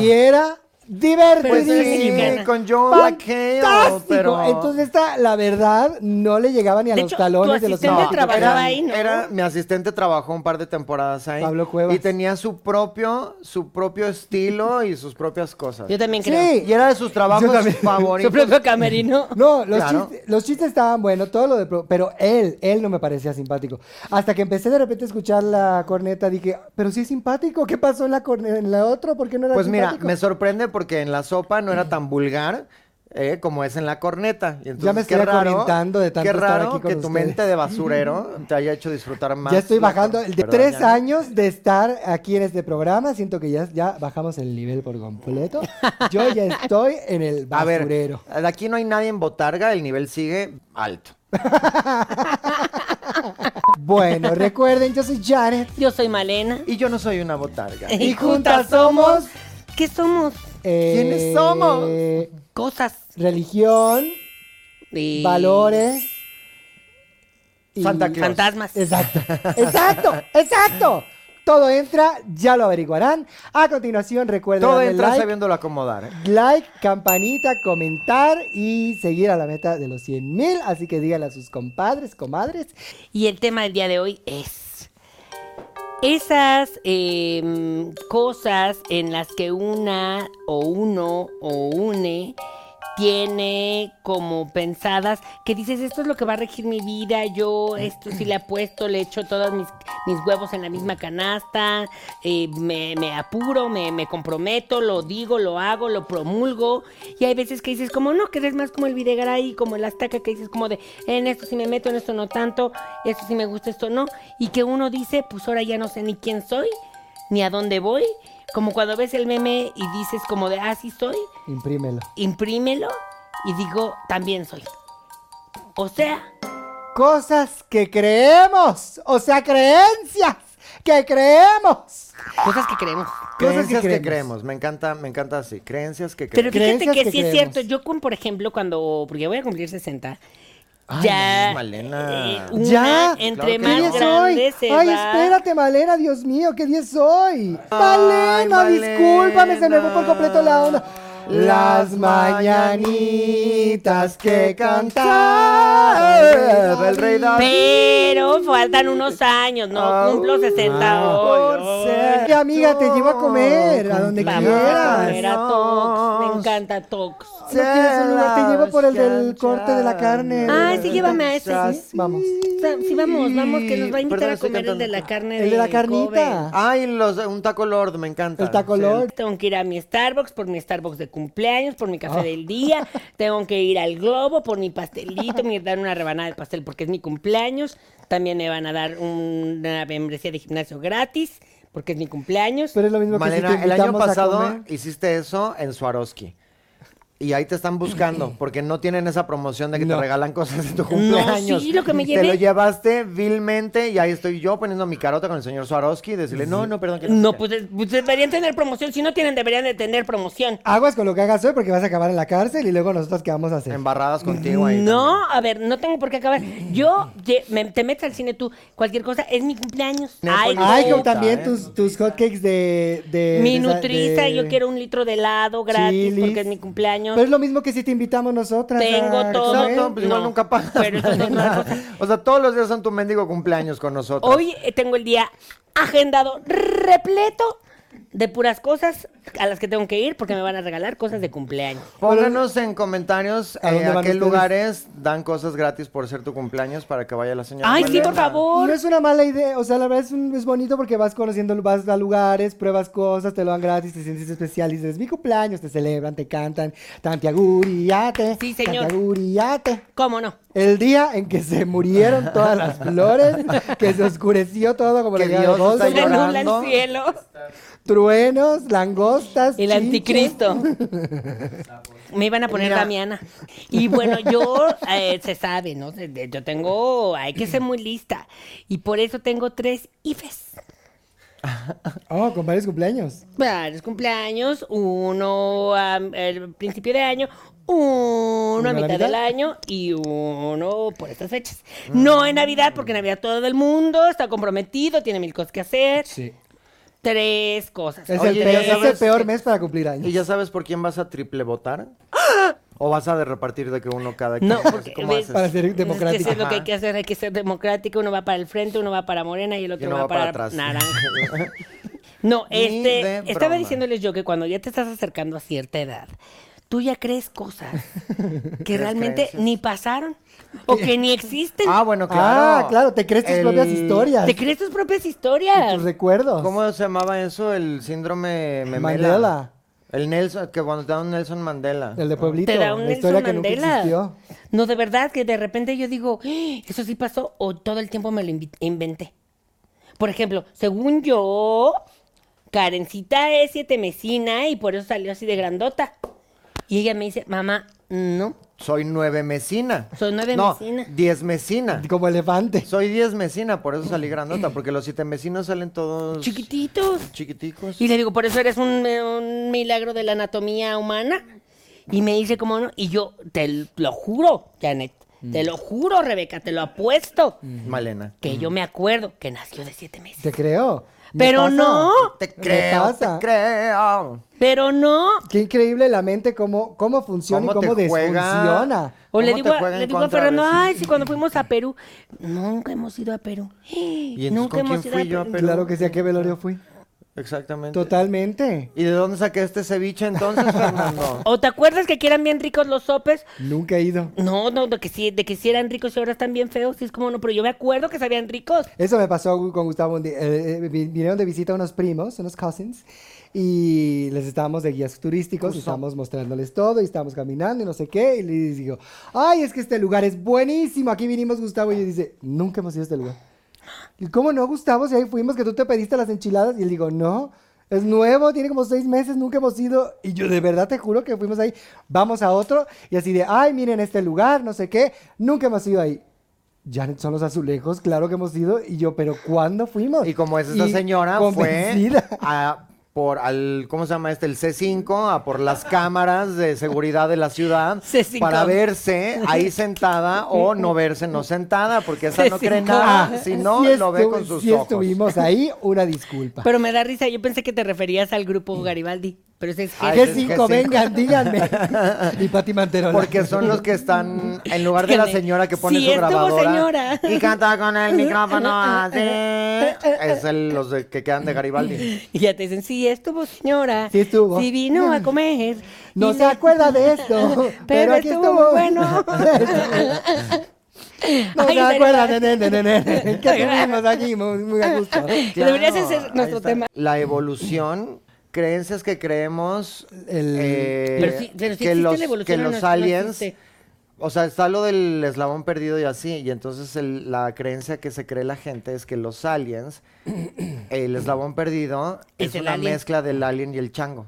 Speaker 1: Y era divertidísimo.
Speaker 2: Ah. Pues
Speaker 5: Pero es
Speaker 2: sí,
Speaker 5: mexicana.
Speaker 2: con John Black Hale,
Speaker 1: Fantástico.
Speaker 2: pero...
Speaker 1: Entonces esta, la verdad, no le llegaba ni a
Speaker 5: De
Speaker 1: los
Speaker 5: hecho,
Speaker 1: talones
Speaker 5: tu
Speaker 1: de los
Speaker 5: asistente
Speaker 1: zapatos.
Speaker 5: trabajaba
Speaker 2: era,
Speaker 5: ahí, ¿no?
Speaker 2: era- mi asistente trabajó un par de temporadas ahí.
Speaker 1: Pablo Cuevas.
Speaker 2: Y tenía su propio, su propio estilo y sus propias cosas.
Speaker 5: Yo también creo.
Speaker 1: Sí.
Speaker 2: Y era de sus trabajos
Speaker 1: Yo también.
Speaker 5: Su
Speaker 2: favoritos.
Speaker 5: propio camerino.
Speaker 1: No, los,
Speaker 2: Claro.
Speaker 1: chistes, los chistes estaban buenos, todo lo de... pro- Pero él, él no me parecía simpático. Hasta que empecé de repente a escuchar la corneta, dije, pero sí es simpático, ¿qué pasó en la, corne- en la otra? ¿Por qué no era
Speaker 2: Pues mira,
Speaker 1: simpático?
Speaker 2: me sorprende porque en la sopa no era tan vulgar eh, como es en la corneta. Y entonces,
Speaker 1: Ya me
Speaker 2: qué
Speaker 1: estoy
Speaker 2: raro-
Speaker 1: acorrentando de tanto
Speaker 2: Qué
Speaker 1: estar
Speaker 2: raro
Speaker 1: aquí con
Speaker 2: que tu
Speaker 1: ustedes.
Speaker 2: mente de basurero te haya hecho disfrutar más.
Speaker 1: Ya estoy
Speaker 2: la
Speaker 1: bajando.
Speaker 2: cor-
Speaker 1: El de
Speaker 2: Perdón,
Speaker 1: tres
Speaker 2: ya.
Speaker 1: años de estar aquí en este programa, siento que ya, ya bajamos el nivel por completo. Yo ya estoy en el
Speaker 2: A ver,
Speaker 1: basurero.
Speaker 2: de aquí no hay nadie en Botarga, el nivel sigue alto.
Speaker 1: Bueno, recuerden, yo soy Janet.
Speaker 5: Yo soy Malena.
Speaker 2: Y yo no soy una botarga.
Speaker 1: Y juntas somos-
Speaker 5: ¿Qué somos?
Speaker 1: Eh,
Speaker 2: ¿Quiénes somos?
Speaker 5: Cosas.
Speaker 1: Religión,
Speaker 5: Y-
Speaker 1: valores. y-
Speaker 2: Santa Claus.
Speaker 5: Fantasmas.
Speaker 1: Exacto, exacto, exacto. Todo entra, ya lo averiguarán. A continuación, recuerden
Speaker 2: Todo
Speaker 1: darle
Speaker 2: entra
Speaker 1: like,
Speaker 2: sabiéndolo acomodar. ¿eh?
Speaker 1: like, campanita, comentar y seguir a la meta de los 100 mil. Así que díganle a sus compadres, comadres.
Speaker 5: Y el tema del día de hoy es esas eh, cosas en las que una o uno o une tiene como pensadas que dices esto es lo que va a regir mi vida, yo esto sí le apuesto, le echo todos mis, mis huevos en la misma canasta, eh, me, me apuro, me, me comprometo, lo digo, lo hago, lo promulgo y hay veces que dices como no, que eres más como el Videgaray, como el Azteca que dices como de en esto sí me meto, en esto no tanto, esto sí me gusta, esto no y que uno dice pues ahora ya no sé ni quién soy ni a dónde voy, como cuando ves el meme y dices como de así soy
Speaker 1: Imprímelo.
Speaker 5: imprímelo y digo, también soy. O sea,
Speaker 1: Cosas que creemos, o sea, creencias que creemos.
Speaker 5: cosas que creemos.
Speaker 1: Cosas que
Speaker 2: Creencias que
Speaker 1: creemos.
Speaker 2: creemos. Me encanta, me encanta así. Creencias que
Speaker 5: Pero fíjate
Speaker 2: creemos.
Speaker 1: Creencias
Speaker 5: que,
Speaker 1: que
Speaker 5: sí es
Speaker 1: creemos.
Speaker 5: cierto. Yo, con, por ejemplo, cuando. Porque voy a cumplir 60.
Speaker 2: Ay,
Speaker 5: ya. eh,
Speaker 2: no, Malena.
Speaker 5: una
Speaker 1: Ya,
Speaker 5: Entre
Speaker 1: ¿Qué
Speaker 2: claro que
Speaker 5: más
Speaker 1: día
Speaker 2: no.
Speaker 1: es
Speaker 5: grande
Speaker 1: hoy?
Speaker 5: se
Speaker 1: Ay,
Speaker 5: va.
Speaker 1: espérate, Malena, Dios mío, ¿qué día es hoy?
Speaker 2: Ay,
Speaker 1: Malena, discúlpame, se me fue por completo la onda. Las mañanitas que cantaba
Speaker 2: el rey David.
Speaker 5: Pero faltan unos años,
Speaker 2: Ah,
Speaker 5: no cumplo 60
Speaker 2: ah,
Speaker 5: hoy.
Speaker 2: por
Speaker 5: hoy.
Speaker 2: ser
Speaker 1: Que amiga, te llevo a comer, a donde
Speaker 5: Vamos a comer
Speaker 1: quieras.
Speaker 5: a Tox,
Speaker 2: Dios.
Speaker 5: me encanta Tox.
Speaker 1: No tienes un lugar, te llevo por el del corte de la carne.
Speaker 5: Ay, sí, llévame a ese, sí.
Speaker 1: Vamos.
Speaker 5: O sea, Sí, vamos, vamos, que nos va a invitar
Speaker 2: Perdón,
Speaker 5: a
Speaker 2: estoy
Speaker 5: comer el de
Speaker 2: cantando.
Speaker 5: la carne.
Speaker 1: El de la
Speaker 5: Kobe.
Speaker 1: carnita.
Speaker 2: Ay, los, un taco lord, me encanta.
Speaker 1: Ah. El taco lord.
Speaker 5: Tengo que ir a mi Starbucks por mi Starbucks de cumpleaños, por mi café
Speaker 1: Ah.
Speaker 5: del día. Tengo que ir al Globo por mi pastelito. Me dan una rebanada de pastel porque es mi cumpleaños. También me van a dar una membresía de gimnasio gratis porque es mi cumpleaños.
Speaker 1: Pero es lo mismo que si te
Speaker 2: Malena, el año
Speaker 1: invitamos a
Speaker 2: pasado
Speaker 1: comer.
Speaker 2: hiciste eso en Swarovski. Y ahí te están buscando, porque no tienen esa promoción de que
Speaker 1: No.
Speaker 2: te regalan cosas en tu cumpleaños.
Speaker 5: sí, lo que me
Speaker 2: Te lo
Speaker 5: llevé.
Speaker 2: llevaste vilmente y ahí estoy yo poniendo mi carota con el señor Swarovski y decirle, no, no, perdón. Que no,
Speaker 5: No,
Speaker 2: sé".
Speaker 5: pues, es- pues deberían tener promoción. Si no tienen, deberían de tener promoción.
Speaker 1: Aguas con lo que hagas hoy porque vas a acabar en la cárcel y luego nosotros qué vamos a hacer.
Speaker 2: Embarradas contigo ahí.
Speaker 5: No, a ver, no tengo por qué acabar. Yo lle- me- te metes al cine tú, cualquier cosa, es mi cumpleaños.
Speaker 2: No,
Speaker 5: Ay,
Speaker 2: pues,
Speaker 1: Ay,
Speaker 5: no.
Speaker 1: como también
Speaker 2: ¿eh?
Speaker 1: tus, tus hotcakes de, de...
Speaker 5: Mi
Speaker 1: de esa-
Speaker 5: nutriza,
Speaker 1: de
Speaker 5: yo quiero un litro de helado gratis
Speaker 1: Eh. chilis.
Speaker 5: porque es mi cumpleaños.
Speaker 1: Pero es lo mismo que si te invitamos nosotras.
Speaker 5: Tengo
Speaker 1: a
Speaker 5: todo.
Speaker 1: comer.
Speaker 2: Exacto, pues igual
Speaker 5: No,
Speaker 2: nunca pagas.
Speaker 5: pero eso es otra
Speaker 2: Malena. o sea, todos los días son tu mendigo cumpleaños con nosotros.
Speaker 5: Hoy eh, tengo el día agendado repleto de puras cosas a las que tengo que ir porque me van a regalar cosas de cumpleaños.
Speaker 2: Pónganos en comentarios
Speaker 1: ¿A
Speaker 2: eh,
Speaker 1: dónde
Speaker 2: a,
Speaker 1: van
Speaker 2: qué
Speaker 1: ustedes?
Speaker 2: lugares dan cosas gratis por ser tu cumpleaños para que vaya la señora.
Speaker 5: Ay, sí, por
Speaker 2: Malena.
Speaker 5: favor.
Speaker 1: No es una mala idea, o sea, la verdad es, un- es bonito porque vas conociendo, vas a lugares, pruebas cosas, te lo dan gratis, te sientes especial y dices, mi cumpleaños, te celebran, te cantan, tantiaguriate,
Speaker 5: Sí, señor.
Speaker 1: tantiaguriate.
Speaker 5: ¿Cómo no?
Speaker 1: El día en que se murieron todas las flores, que se oscureció todo como
Speaker 2: Que
Speaker 1: la llave
Speaker 2: Dios
Speaker 1: de Golden,
Speaker 2: está
Speaker 5: Se anula
Speaker 2: llorando.
Speaker 5: el cielo,
Speaker 1: truenos, langostas,
Speaker 5: el
Speaker 1: chinches.
Speaker 5: anticristo. Me iban a poner
Speaker 2: Mira.
Speaker 5: Damiana. Y bueno, yo, eh, se sabe, ¿no? Se- de- Yo tengo, hay que ser muy lista. Y por eso tengo tres IFES.
Speaker 1: Oh, con varios cumpleaños.
Speaker 5: Varios cumpleaños, uno al principio de año, uno
Speaker 1: ¿Uno
Speaker 5: a
Speaker 1: a la
Speaker 5: mitad,
Speaker 1: mitad?
Speaker 5: del año y uno por estas fechas. No en Navidad, porque en Navidad todo el mundo está comprometido, tiene mil cosas que hacer.
Speaker 1: Sí.
Speaker 5: Tres cosas.
Speaker 1: Es,
Speaker 2: Oye,
Speaker 1: el,
Speaker 2: ya
Speaker 1: peor, es el
Speaker 2: sabes-
Speaker 1: peor mes para cumplir años.
Speaker 2: ¿Y ya sabes por quién vas a triple votar? ¿O vas a de repartir de que uno cada quien?
Speaker 5: No, porque
Speaker 2: ¿Cómo
Speaker 5: ves,
Speaker 2: haces?
Speaker 1: Para ser
Speaker 5: es que
Speaker 1: democrático.
Speaker 5: eso es lo que hay
Speaker 2: Ajá.
Speaker 5: que hacer, hay que ser democrático. Uno va para el frente, uno va para Morena y el
Speaker 2: Que
Speaker 5: otro
Speaker 2: no
Speaker 5: va, para,
Speaker 2: atrás.
Speaker 5: Naranja. No,
Speaker 2: Ni de
Speaker 5: este, estaba
Speaker 2: broma.
Speaker 5: diciéndoles yo que cuando ya te estás acercando a cierta edad, tú ya crees cosas que realmente
Speaker 2: creencias.
Speaker 5: ni pasaron o que ni existen.
Speaker 2: ah, bueno,
Speaker 1: Ah,
Speaker 2: claro.
Speaker 1: claro, te crees tus
Speaker 2: El-
Speaker 1: propias historias.
Speaker 5: Te crees tus propias historias.
Speaker 1: tus recuerdos.
Speaker 2: ¿Cómo se llamaba eso? El síndrome Memela.
Speaker 1: Mandela.
Speaker 2: El Nelson, que cuando te da un Nelson Mandela.
Speaker 1: El de Pueblito.
Speaker 5: Te da un
Speaker 1: la
Speaker 5: Nelson
Speaker 1: historia que nunca
Speaker 5: Mandela.
Speaker 1: existió.
Speaker 5: No, de verdad que de repente yo digo, "Ah, eso sí pasó o todo el tiempo me lo invi- inventé. Por ejemplo, según yo, Karencita es siete mesina y por eso salió así de grandota. Y ella me dice, mamá, no.
Speaker 2: Soy nueve mesina.
Speaker 5: Soy nueve
Speaker 2: no,
Speaker 5: mesina.
Speaker 2: diez mesina.
Speaker 1: Como elefante.
Speaker 2: Soy diez mesina, por eso salí
Speaker 1: Mm.
Speaker 2: grandota, porque los siete mesinos salen todos
Speaker 5: Chiquititos.
Speaker 2: chiquiticos.
Speaker 5: Y le digo, por eso eres un, eh, un milagro de la anatomía humana. Y me dice, ¿cómo no? Y yo, te lo juro, Janet.
Speaker 2: Mm.
Speaker 5: Te lo juro, Rebeca, te lo apuesto.
Speaker 2: Malena.
Speaker 5: que yo me acuerdo que nació de siete meses.
Speaker 1: Te creo. Me
Speaker 5: Pero
Speaker 1: pasa.
Speaker 5: no.
Speaker 2: Te
Speaker 1: Me
Speaker 2: creo, te
Speaker 1: pasa.
Speaker 2: creo.
Speaker 5: Pero no.
Speaker 1: Qué increíble la mente, cómo, cómo funciona
Speaker 2: ¿Cómo
Speaker 1: y cómo
Speaker 2: te juega?
Speaker 1: desfunciona.
Speaker 5: O le
Speaker 2: ¿Cómo te
Speaker 5: digo, a,
Speaker 2: juega en
Speaker 5: le digo a
Speaker 2: contra a
Speaker 5: Fernando,
Speaker 2: veces?
Speaker 5: ay, sí, cuando fuimos a Perú. Nunca hemos ido a Perú.
Speaker 2: ¿Y entonces
Speaker 5: Nunca
Speaker 2: con quién
Speaker 5: hemos ido
Speaker 2: fui yo a
Speaker 5: a Perú.
Speaker 2: Perú?
Speaker 1: Claro que sí, a qué velorio fui.
Speaker 2: Exactamente.
Speaker 1: Totalmente.
Speaker 2: ¿Y de dónde saqué este ceviche entonces, Fernando?
Speaker 5: ¿O te acuerdas que aquí eran bien ricos los sopes?
Speaker 1: Nunca he ido.
Speaker 5: No, no, de que sí, de que sí eran ricos y ahora están bien feos. Y es como, no, pero yo me acuerdo que sabían ricos.
Speaker 1: Eso me pasó gu- con Gustavo. un día. Eh, eh, vi- vinieron de visita unos primos, unos cousins, y les estábamos de guías turísticos, y estábamos mostrándoles todo, y estábamos caminando y no sé qué, y les digo, ay, es que este lugar es buenísimo, aquí vinimos Gustavo, y él dice, nunca hemos ido a este lugar. ¿Y cómo no, Gustavo? Si ahí fuimos, que tú te pediste las enchiladas, y él digo, no. Es nuevo, tiene como seis meses, nunca hemos ido. Y yo de verdad te juro que fuimos ahí, vamos a otro, y así de, ay, miren este lugar, no sé qué, nunca hemos ido ahí. Janet, son los azulejos, claro que hemos ido. Y yo, pero ¿cuándo fuimos?
Speaker 2: Y como es esta
Speaker 1: Y
Speaker 2: señora, fue
Speaker 1: convencida.
Speaker 2: a por al, ¿cómo se llama este? El C5, a por las cámaras de seguridad de la ciudad
Speaker 5: C5.
Speaker 2: para verse ahí sentada o no verse no sentada, porque esa no cree
Speaker 5: C5.
Speaker 2: nada, si no
Speaker 1: Ah, Sí
Speaker 2: lo ve
Speaker 1: estu-
Speaker 2: con sus
Speaker 1: sí
Speaker 2: ojos.
Speaker 1: estuvimos ahí, una disculpa.
Speaker 5: Pero me da risa, yo pensé que te referías al grupo Garibaldi.
Speaker 3: Pero es que
Speaker 2: Ay,
Speaker 1: ¿Qué
Speaker 2: es que
Speaker 1: cinco?
Speaker 2: cinco.
Speaker 1: Vengan, díganme. y Pati Manterola.
Speaker 2: Porque son los que están en lugar de la
Speaker 3: Díganme,
Speaker 2: señora que pone
Speaker 3: sí,
Speaker 2: su
Speaker 3: estuvo
Speaker 2: grabadora
Speaker 3: señora.
Speaker 2: y canta con el micrófono así. Es el- los de- que quedan de Garibaldi.
Speaker 3: Y ya te dicen, sí, estuvo, señora.
Speaker 1: Sí estuvo. Mm.
Speaker 3: Sí vino a comer.
Speaker 1: No
Speaker 3: Y
Speaker 1: se acuerda de esto, pero aquí
Speaker 3: estuvo
Speaker 1: estuvo.
Speaker 3: muy bueno.
Speaker 1: No
Speaker 3: Ay,
Speaker 1: se
Speaker 3: de
Speaker 1: acuerda de
Speaker 3: verdad.
Speaker 1: nene, nene, nene, que tuvimos aquí muy, muy a gusto.
Speaker 3: Deberías
Speaker 2: Claro,
Speaker 3: hacer
Speaker 2: ahí
Speaker 3: nuestro
Speaker 2: está.
Speaker 3: tema.
Speaker 2: La evolución, creencias que creemos
Speaker 1: El-
Speaker 2: eh,
Speaker 5: Pero sí- pero sí
Speaker 2: que
Speaker 5: existe la
Speaker 2: los,
Speaker 5: evolución
Speaker 2: que
Speaker 5: o no-
Speaker 2: los
Speaker 5: no
Speaker 2: aliens...
Speaker 5: existe.
Speaker 2: o sea, está lo del eslabón perdido y así, y entonces el- la creencia que se cree la gente es que los aliens, el eslabón perdido
Speaker 5: Es
Speaker 2: es,
Speaker 5: el
Speaker 2: una
Speaker 5: alien.
Speaker 2: mezcla del alien y el chango.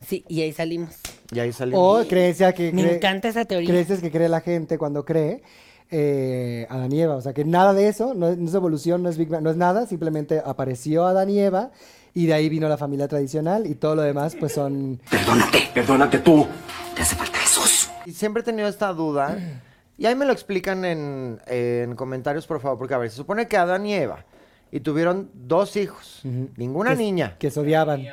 Speaker 5: Sí, y ahí salimos.
Speaker 2: Y ahí salió.
Speaker 1: O creencia que
Speaker 5: Me
Speaker 1: cree-
Speaker 5: encanta esa teoría.
Speaker 1: creencias que cree la gente cuando cree eh, Adán y Eva. O sea, que nada de eso, no es, no es evolución, no es Big Bang, no es nada. Simplemente apareció Adán y Eva y de ahí vino la familia tradicional y todo lo demás pues son...
Speaker 6: Perdónate, perdónate tú. Te hace falta Jesús.
Speaker 2: Y siempre he tenido esta duda. Y ahí me lo explican en, en comentarios, por favor, porque a ver, se supone que Adán y Eva y tuvieron dos hijos, ninguna
Speaker 1: que-
Speaker 2: niña,
Speaker 1: Que se odiaban.